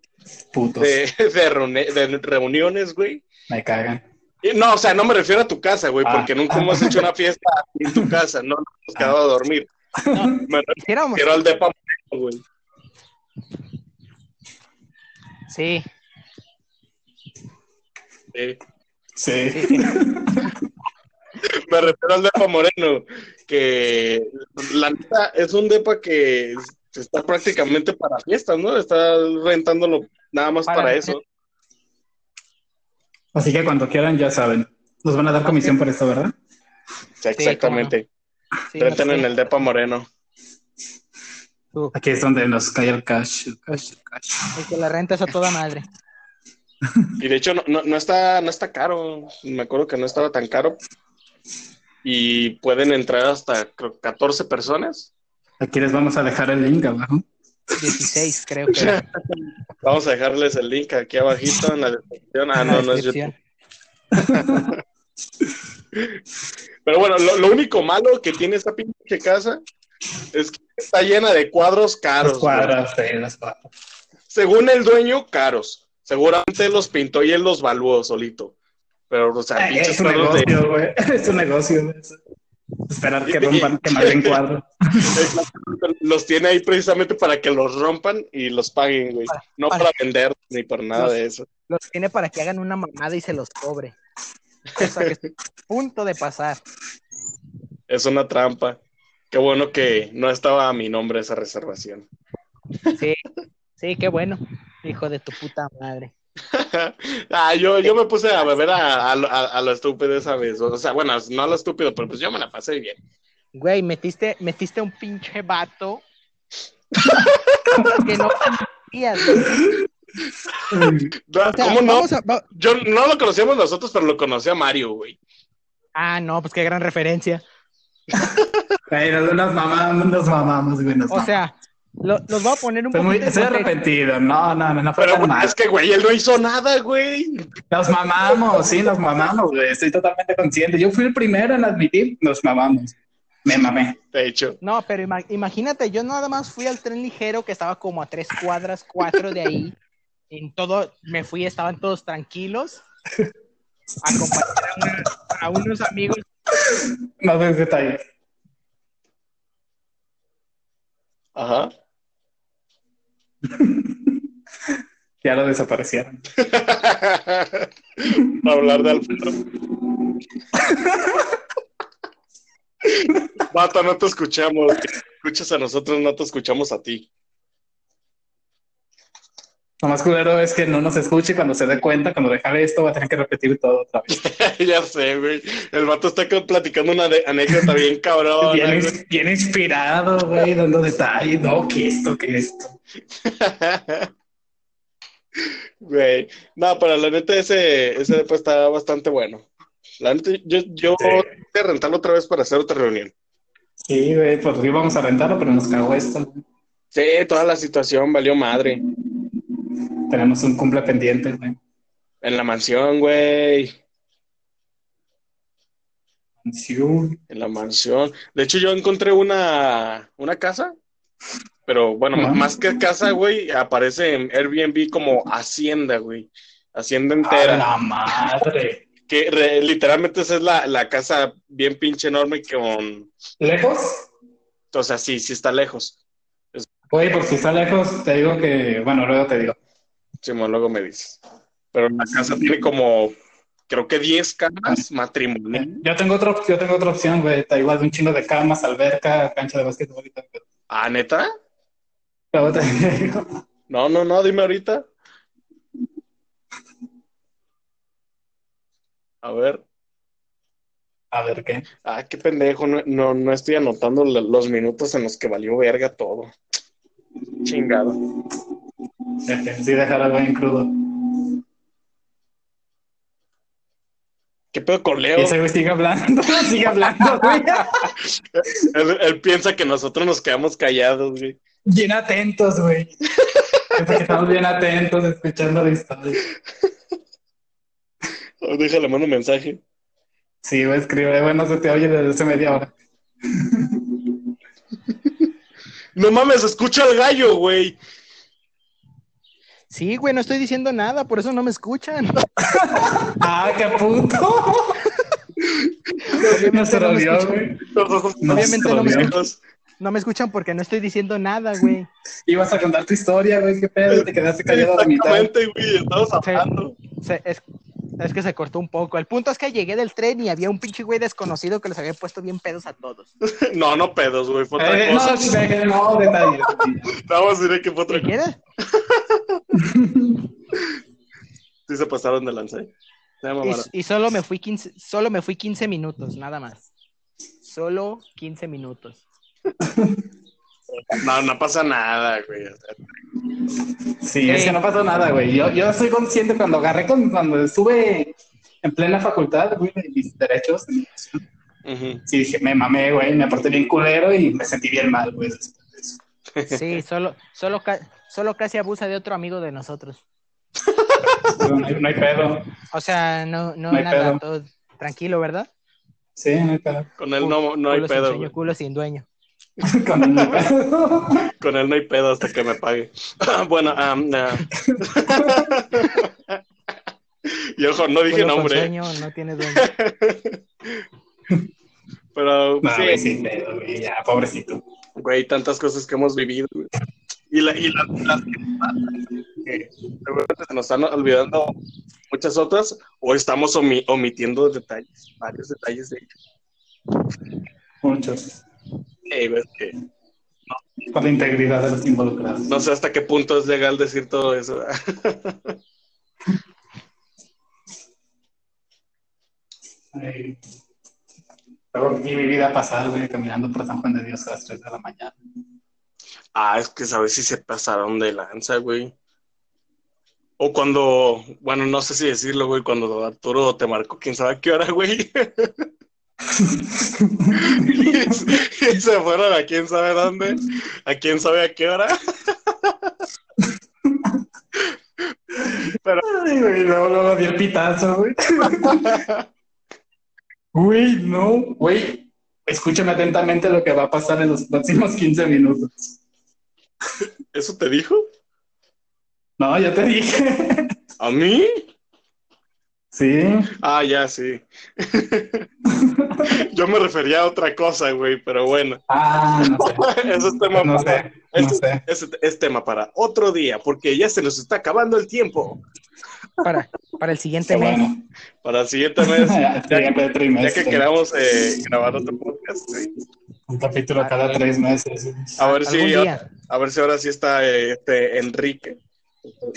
Speaker 2: Putos.
Speaker 1: de, de reuni- de reuniones, güey.
Speaker 2: Me cagan.
Speaker 1: Y No, o sea, no me refiero a tu casa, güey,
Speaker 2: Ah.
Speaker 1: porque nunca hemos hecho una fiesta en tu casa, no nos hemos quedado a dormir.
Speaker 3: no,
Speaker 1: Me
Speaker 3: hiciéramos,
Speaker 1: refiero al depa güey.
Speaker 3: Sí,
Speaker 1: Sí.
Speaker 2: Sí.
Speaker 3: sí, sí.
Speaker 1: Me refiero al depa moreno, que la neta es un depa que está prácticamente para fiestas, ¿no? Está rentándolo nada más para,
Speaker 3: Para-
Speaker 1: eso.
Speaker 2: Así que cuando quieran, ya saben. Nos van a dar comisión por esto, ¿verdad?
Speaker 1: O sea,
Speaker 3: Sí,
Speaker 1: exactamente.
Speaker 3: sí, no
Speaker 1: Rentan
Speaker 3: sé.
Speaker 1: en el depa moreno.
Speaker 3: Tú,
Speaker 2: Aquí es donde nos cae el cash, el cash, el cash.
Speaker 3: el que la renta es a toda madre.
Speaker 1: Y de hecho no, no, no está, no está caro. Me acuerdo que no estaba tan caro. Y pueden entrar hasta creo, 14 personas.
Speaker 2: Aquí les vamos a dejar el link abajo.
Speaker 3: 16, creo que. era,
Speaker 1: Vamos a dejarles el link aquí abajito en la descripción. Ah,
Speaker 3: en la
Speaker 1: no, no es YouTube.
Speaker 3: descripción.
Speaker 1: Pero bueno, lo, lo único malo que tiene esa pinche casa es que está llena de cuadros caros.
Speaker 2: Las cuadras, sí, las cuadras.
Speaker 1: güey. Según el dueño, caros. Seguramente los pintó y él los valuó solito. Pero, o sea,
Speaker 2: Eh,
Speaker 1: pinches
Speaker 2: Es un
Speaker 1: cuadros de-
Speaker 2: negocio, güey. Es un negocio. güey. Esperar que rompan, que manden cuadros.
Speaker 1: los tiene ahí precisamente para que los rompan y los paguen, güey.
Speaker 3: Para-
Speaker 1: No
Speaker 3: para-
Speaker 1: para vender ni por nada
Speaker 3: Los-
Speaker 1: de eso.
Speaker 3: Los tiene para que hagan una mamada y se los cobre. Cosa que está a punto de pasar.
Speaker 1: Es una trampa. Qué bueno que no estaba a mi nombre esa reservación.
Speaker 3: Sí, sí, qué bueno. Hijo de tu puta madre.
Speaker 1: ah, yo, yo me puse a beber a, a, lo- a- a lo estúpido esa vez. O sea, bueno, no a lo estúpido, pero pues yo me la pasé bien.
Speaker 3: Güey, metiste, metiste un pinche vato que no conocías, güey.
Speaker 1: No,
Speaker 3: O sea,
Speaker 1: Ah, ¿Cómo no?
Speaker 3: vamos a- va-
Speaker 1: Yo no lo conocíamos nosotros, pero lo conocía Mario, güey.
Speaker 3: Ah, no, pues qué gran referencia.
Speaker 2: Ay, nos, nos mamamos, nos mamamos, güey. Nos
Speaker 3: O
Speaker 2: mamamos.
Speaker 3: sea, lo- los voy a poner un
Speaker 2: Estoy
Speaker 3: poco
Speaker 2: muy, estoy arrepentido. No, no, no, no fue
Speaker 1: Pero
Speaker 2: tan
Speaker 1: güey,
Speaker 2: mal.
Speaker 1: es que, güey, él no hizo nada, güey.
Speaker 2: Nos mamamos, sí, nos mamamos, güey. Estoy totalmente consciente. Yo fui el primero en admitir, nos mamamos. Me mamé.
Speaker 1: De hecho,
Speaker 3: No, pero ima- imagínate, yo nada más fui al tren ligero que estaba como a tres cuadras, cuatro de ahí. En todo, me fui, estaban todos tranquilos. Acompañé a, una- a unos amigos.
Speaker 2: No sé qué está ahí.
Speaker 1: ajá.
Speaker 2: Ya lo desaparecieron.
Speaker 1: Para hablar de Alfredo. Mata, no te escuchamos. Escuchas a nosotros, no te escuchamos a ti.
Speaker 2: Lo más culero es que no nos escuche y cuando se dé cuenta, cuando dejar esto, va a tener que repetir todo otra vez.
Speaker 1: ya sé, güey. El vato está co- platicando una de- anécdota bien cabrona,
Speaker 2: bien,
Speaker 1: güey.
Speaker 2: ins- bien inspirado, güey, dando detalles. No, que esto, que esto.
Speaker 1: Güey. No, pero la neta ese, ese depa está bastante bueno. La neta, yo, yo
Speaker 2: Sí.
Speaker 1: voy a rentarlo otra vez para hacer otra reunión.
Speaker 2: Sí, güey, pues íbamos a rentarlo, pero nos cagó esto.
Speaker 1: Sí, toda la situación valió madre.
Speaker 2: Tenemos un cumple pendiente, güey.
Speaker 1: En la mansión, güey.
Speaker 2: Sí, uh, güey.
Speaker 1: En la mansión. De hecho, yo encontré una, una casa, pero bueno,
Speaker 2: Ajá.
Speaker 1: más que casa, güey, aparece en Airbnb como hacienda, güey. Hacienda
Speaker 2: ¡A
Speaker 1: entera.
Speaker 2: Ah, la madre!
Speaker 1: Que re- literalmente esa es la, la casa bien pinche enorme con...
Speaker 2: ¿Lejos?
Speaker 1: O sea, sí, sí está lejos.
Speaker 2: Güey, pues si está lejos, te digo que... Bueno, luego te digo.
Speaker 1: Simón, luego me dices. Pero la casa tiene como, creo que 10 camas matrimoniales.
Speaker 2: Yo tengo, otro, yo tengo otra opción, güey. Está igual de un chingo de camas, alberca, cancha de básquetbol y todo. pero-
Speaker 1: Ah, ¿neta?
Speaker 2: Luego te digo.
Speaker 1: No, no, no, dime ahorita. A ver.
Speaker 2: A ver, ¿qué?
Speaker 1: Ah, qué pendejo, no, no, no estoy anotando lo- los minutos en los que valió verga todo. Chingado.
Speaker 2: Sí, dejar algo en crudo.
Speaker 1: ¿Qué pedo con
Speaker 2: Y
Speaker 1: Leo?
Speaker 2: ese güey sigue hablando, sigue hablando, güey.
Speaker 1: Él, él piensa que nosotros nos quedamos callados, güey.
Speaker 2: Bien atentos, güey. Es que Estamos bien atentos, escuchando la historia.
Speaker 1: Oh, déjale, mando un mensaje.
Speaker 2: Sí, güey, escribe, bueno, se te oye desde hace media hora.
Speaker 1: No mames, escucha al gallo, güey.
Speaker 3: Sí, güey, no estoy diciendo nada, por eso no me escuchan.
Speaker 2: ¡Ah, qué puto! No se lo dio, güey.
Speaker 1: Nosotros
Speaker 2: No,
Speaker 1: obviamente
Speaker 3: Obviamente no me
Speaker 2: Dios.
Speaker 3: escuchan.
Speaker 1: nos-
Speaker 3: No me escuchan porque no estoy diciendo nada, güey.
Speaker 2: Ibas a contar tu historia, güey, qué pedo, te quedaste callado a la mitad.
Speaker 1: Exactamente, güey, estamos hablando.
Speaker 3: Se- es, es que se cortó un poco. El punto es que llegué del tren y había un pinche güey desconocido que les había puesto bien pedos a todos.
Speaker 1: No, no pedos, güey, fue otra
Speaker 2: Eh,
Speaker 1: cosa.
Speaker 2: no, sí, no, detalles.
Speaker 1: Vamos a decir que fue otra
Speaker 3: ¿Qué
Speaker 1: cosa.
Speaker 3: quieres?
Speaker 1: Sí se pasaron de lanza, ¿eh? Se llama vara.
Speaker 3: Y, y solo me fui 15, solo me fui 15 minutos, nada más. Solo 15 minutos.
Speaker 1: No, no pasa nada, güey.
Speaker 2: Sí, es que no pasó nada, güey. Yo, yo soy consciente cuando agarré, con, cuando estuve en plena facultad, güey, de mis derechos.
Speaker 1: Ujú.
Speaker 2: Sí, dije, me mamé, güey, me porté bien culero y me sentí bien mal, güey. después de eso.
Speaker 3: Sí, solo, solo, ca- solo casi abusa de otro amigo de nosotros.
Speaker 2: No, hay, no hay pedo.
Speaker 3: O sea, no, no,
Speaker 2: No hay pedo.
Speaker 3: nada, todo tranquilo, ¿verdad?
Speaker 2: Sí, no hay pedo.
Speaker 1: Con él no, no hay
Speaker 3: Culo sin
Speaker 1: pedo,
Speaker 3: sueño,
Speaker 1: güey.
Speaker 3: culo sin dueño.
Speaker 2: Cuando no hay pedo.
Speaker 1: Con él no hay pedo hasta que me pague. bueno, ah, ah. y ojo, no dije
Speaker 3: Culo con
Speaker 1: nombre,
Speaker 3: sueño, no tiene dueño.
Speaker 1: pero
Speaker 2: No, güey,
Speaker 1: sí,
Speaker 2: sin pedo, güey, ya, pobrecito.
Speaker 1: güey, tantas cosas que hemos vivido. güey. Y, la, y la- las que pasan, que seguramente se nos están olvidando muchas otras, o estamos omi- omitiendo detalles, varios detalles de ellos.
Speaker 2: Muchos.
Speaker 1: Eh, ves que
Speaker 2: Por la integridad de los involucrados.
Speaker 1: no sé hasta qué punto es legal decir todo eso.
Speaker 2: Ay. Luego vi mi vida pasar, güey, caminando por San Juan de Dios a las 3 de la mañana.
Speaker 1: Ah, es que sabes si se pasaron de lanza, güey. O cuando, bueno, no sé si decirlo, güey, cuando Arturo te marcó quién sabe a qué hora, güey. y se fueron a quién sabe dónde, a quién sabe a qué hora.
Speaker 2: Ay, güey, luego, luego di el pitazo, güey. Güey, no. Güey, escúchame atentamente lo que va a pasar en los próximos 15 minutos.
Speaker 1: ¿Eso te dijo?
Speaker 2: No, ya te dije.
Speaker 1: ¿A mí?
Speaker 2: Sí.
Speaker 1: Ah, ya, sí. Yo me refería a otra cosa, güey, pero bueno.
Speaker 2: Ah, no sé.
Speaker 1: Eso es tema
Speaker 2: No
Speaker 1: para-
Speaker 2: sé. No sé.
Speaker 1: es- es tema para otro día, porque ya se nos está acabando el tiempo.
Speaker 3: Para, para el siguiente
Speaker 2: Qué
Speaker 3: Este mes.
Speaker 2: bueno.
Speaker 1: Para el siguiente mes,
Speaker 2: Ya, que
Speaker 1: ya que
Speaker 2: trimestre.
Speaker 1: queramos eh, grabar otro podcast, sí.
Speaker 2: Un capítulo cada tres meses.
Speaker 1: a ver
Speaker 3: Algún
Speaker 1: si
Speaker 3: día.
Speaker 1: a ver si ahora sí está eh, este Enrique.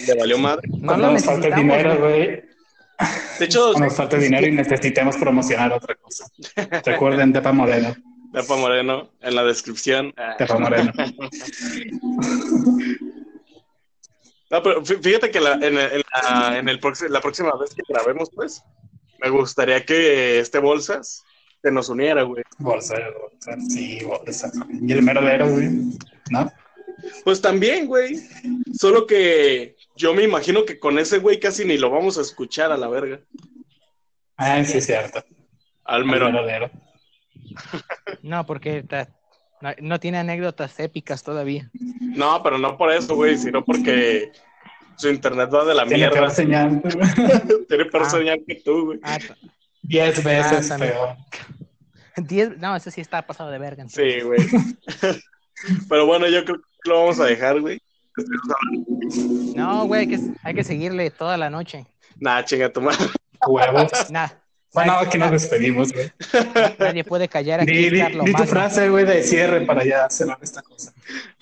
Speaker 1: Le valió madre.
Speaker 3: No
Speaker 2: Cuando
Speaker 3: lo
Speaker 2: nos falte
Speaker 3: necesitamos.
Speaker 2: dinero,
Speaker 3: güey.
Speaker 2: güey.
Speaker 1: De hecho,
Speaker 2: Cuando nos falte dinero y necesitemos promocionar otra cosa. Recuerden, Tepa Moreno.
Speaker 1: Tepa Moreno en la descripción. Ah.
Speaker 2: Tepa Moreno.
Speaker 1: No, pero fí- fíjate que la- en, el- en la, en el proxi- la próxima vez que grabemos, pues, me gustaría que este Bolsas se nos uniera, güey.
Speaker 2: Bolsa, bolsa. Sí, bolsa. Y el mero mero, güey. ¿No?
Speaker 1: Pues también, güey. Solo que yo me imagino que con ese güey casi ni lo vamos a escuchar a la verga.
Speaker 2: Ah, sí, es cierto.
Speaker 1: Al
Speaker 2: El
Speaker 1: mero.
Speaker 2: mero mero.
Speaker 3: No, porque ta- no, no tiene anécdotas épicas todavía.
Speaker 1: No, pero no por eso, güey, sino porque su internet va de la
Speaker 2: Tiene peor
Speaker 1: mierda.
Speaker 2: señal.
Speaker 1: Tiene peor
Speaker 3: Ah.
Speaker 1: señal que tú, güey.
Speaker 3: Ah, t-
Speaker 2: Diez veces
Speaker 3: Ah, también.
Speaker 2: peor.
Speaker 3: diez- no, ese sí está pasado de verga. entonces.
Speaker 1: Sí, güey. pero bueno, yo creo que lo vamos a dejar, güey.
Speaker 3: No, güey, hay que, hay que seguirle toda la noche.
Speaker 1: Nah, chinga tu madre.
Speaker 2: Huevos.
Speaker 3: Nada,
Speaker 2: Bueno, aquí nos despedimos, güey.
Speaker 3: nadie puede callar aquí
Speaker 2: Di,
Speaker 3: a
Speaker 2: di-
Speaker 3: Carlos
Speaker 2: di tu
Speaker 3: Magno.
Speaker 2: frase, güey, de cierre para ya cerrar esta cosa.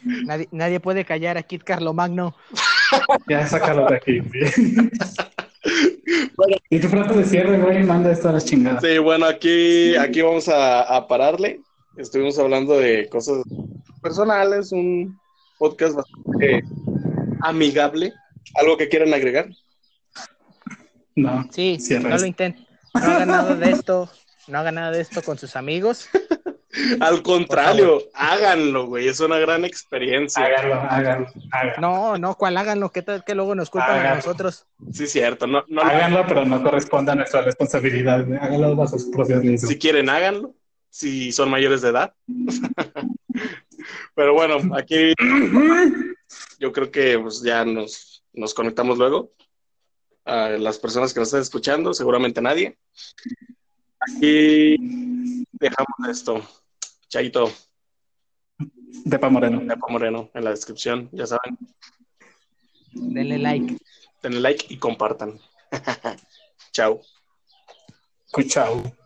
Speaker 3: Nadie, nadie puede callar a Kit Carlomagno.
Speaker 2: Ya sácalo de aquí, güey. Di tu frase de cierre, güey, y manda esto a las chingadas.
Speaker 1: Sí, bueno, aquí, aquí vamos a, a pararle. Estuvimos hablando de cosas personales, un podcast bastante amigable. ¿Algo que quieran agregar?
Speaker 2: No.
Speaker 3: Sí,
Speaker 2: Cierra
Speaker 3: no
Speaker 2: esto.
Speaker 3: lo intenten. No hagan nada de esto. No hagan nada de esto con sus amigos.
Speaker 1: Al contrario, háganlo, güey. Es una gran experiencia.
Speaker 2: Hágalo, hágalo, hágalo.
Speaker 3: No, no, cual hagan lo que, tal que luego nos culpan a
Speaker 2: Hagan.
Speaker 3: nosotros.
Speaker 1: Sí, cierto. No, no,
Speaker 2: Háganlo, pero no corresponde a nuestra responsabilidad. güey. Háganlo bajo sus propios riesgos.
Speaker 1: Si quieren, háganlo. Si son mayores de edad. Pero bueno, aquí yo creo que pues, ya nos, nos conectamos luego. A las personas que nos están escuchando, seguramente nadie. Aquí dejamos esto. Chaito.
Speaker 2: Depa Moreno.
Speaker 1: Nepo Moreno en la descripción, ya saben.
Speaker 3: Denle like.
Speaker 1: Denle like y compartan. Chao.
Speaker 2: Cuchao.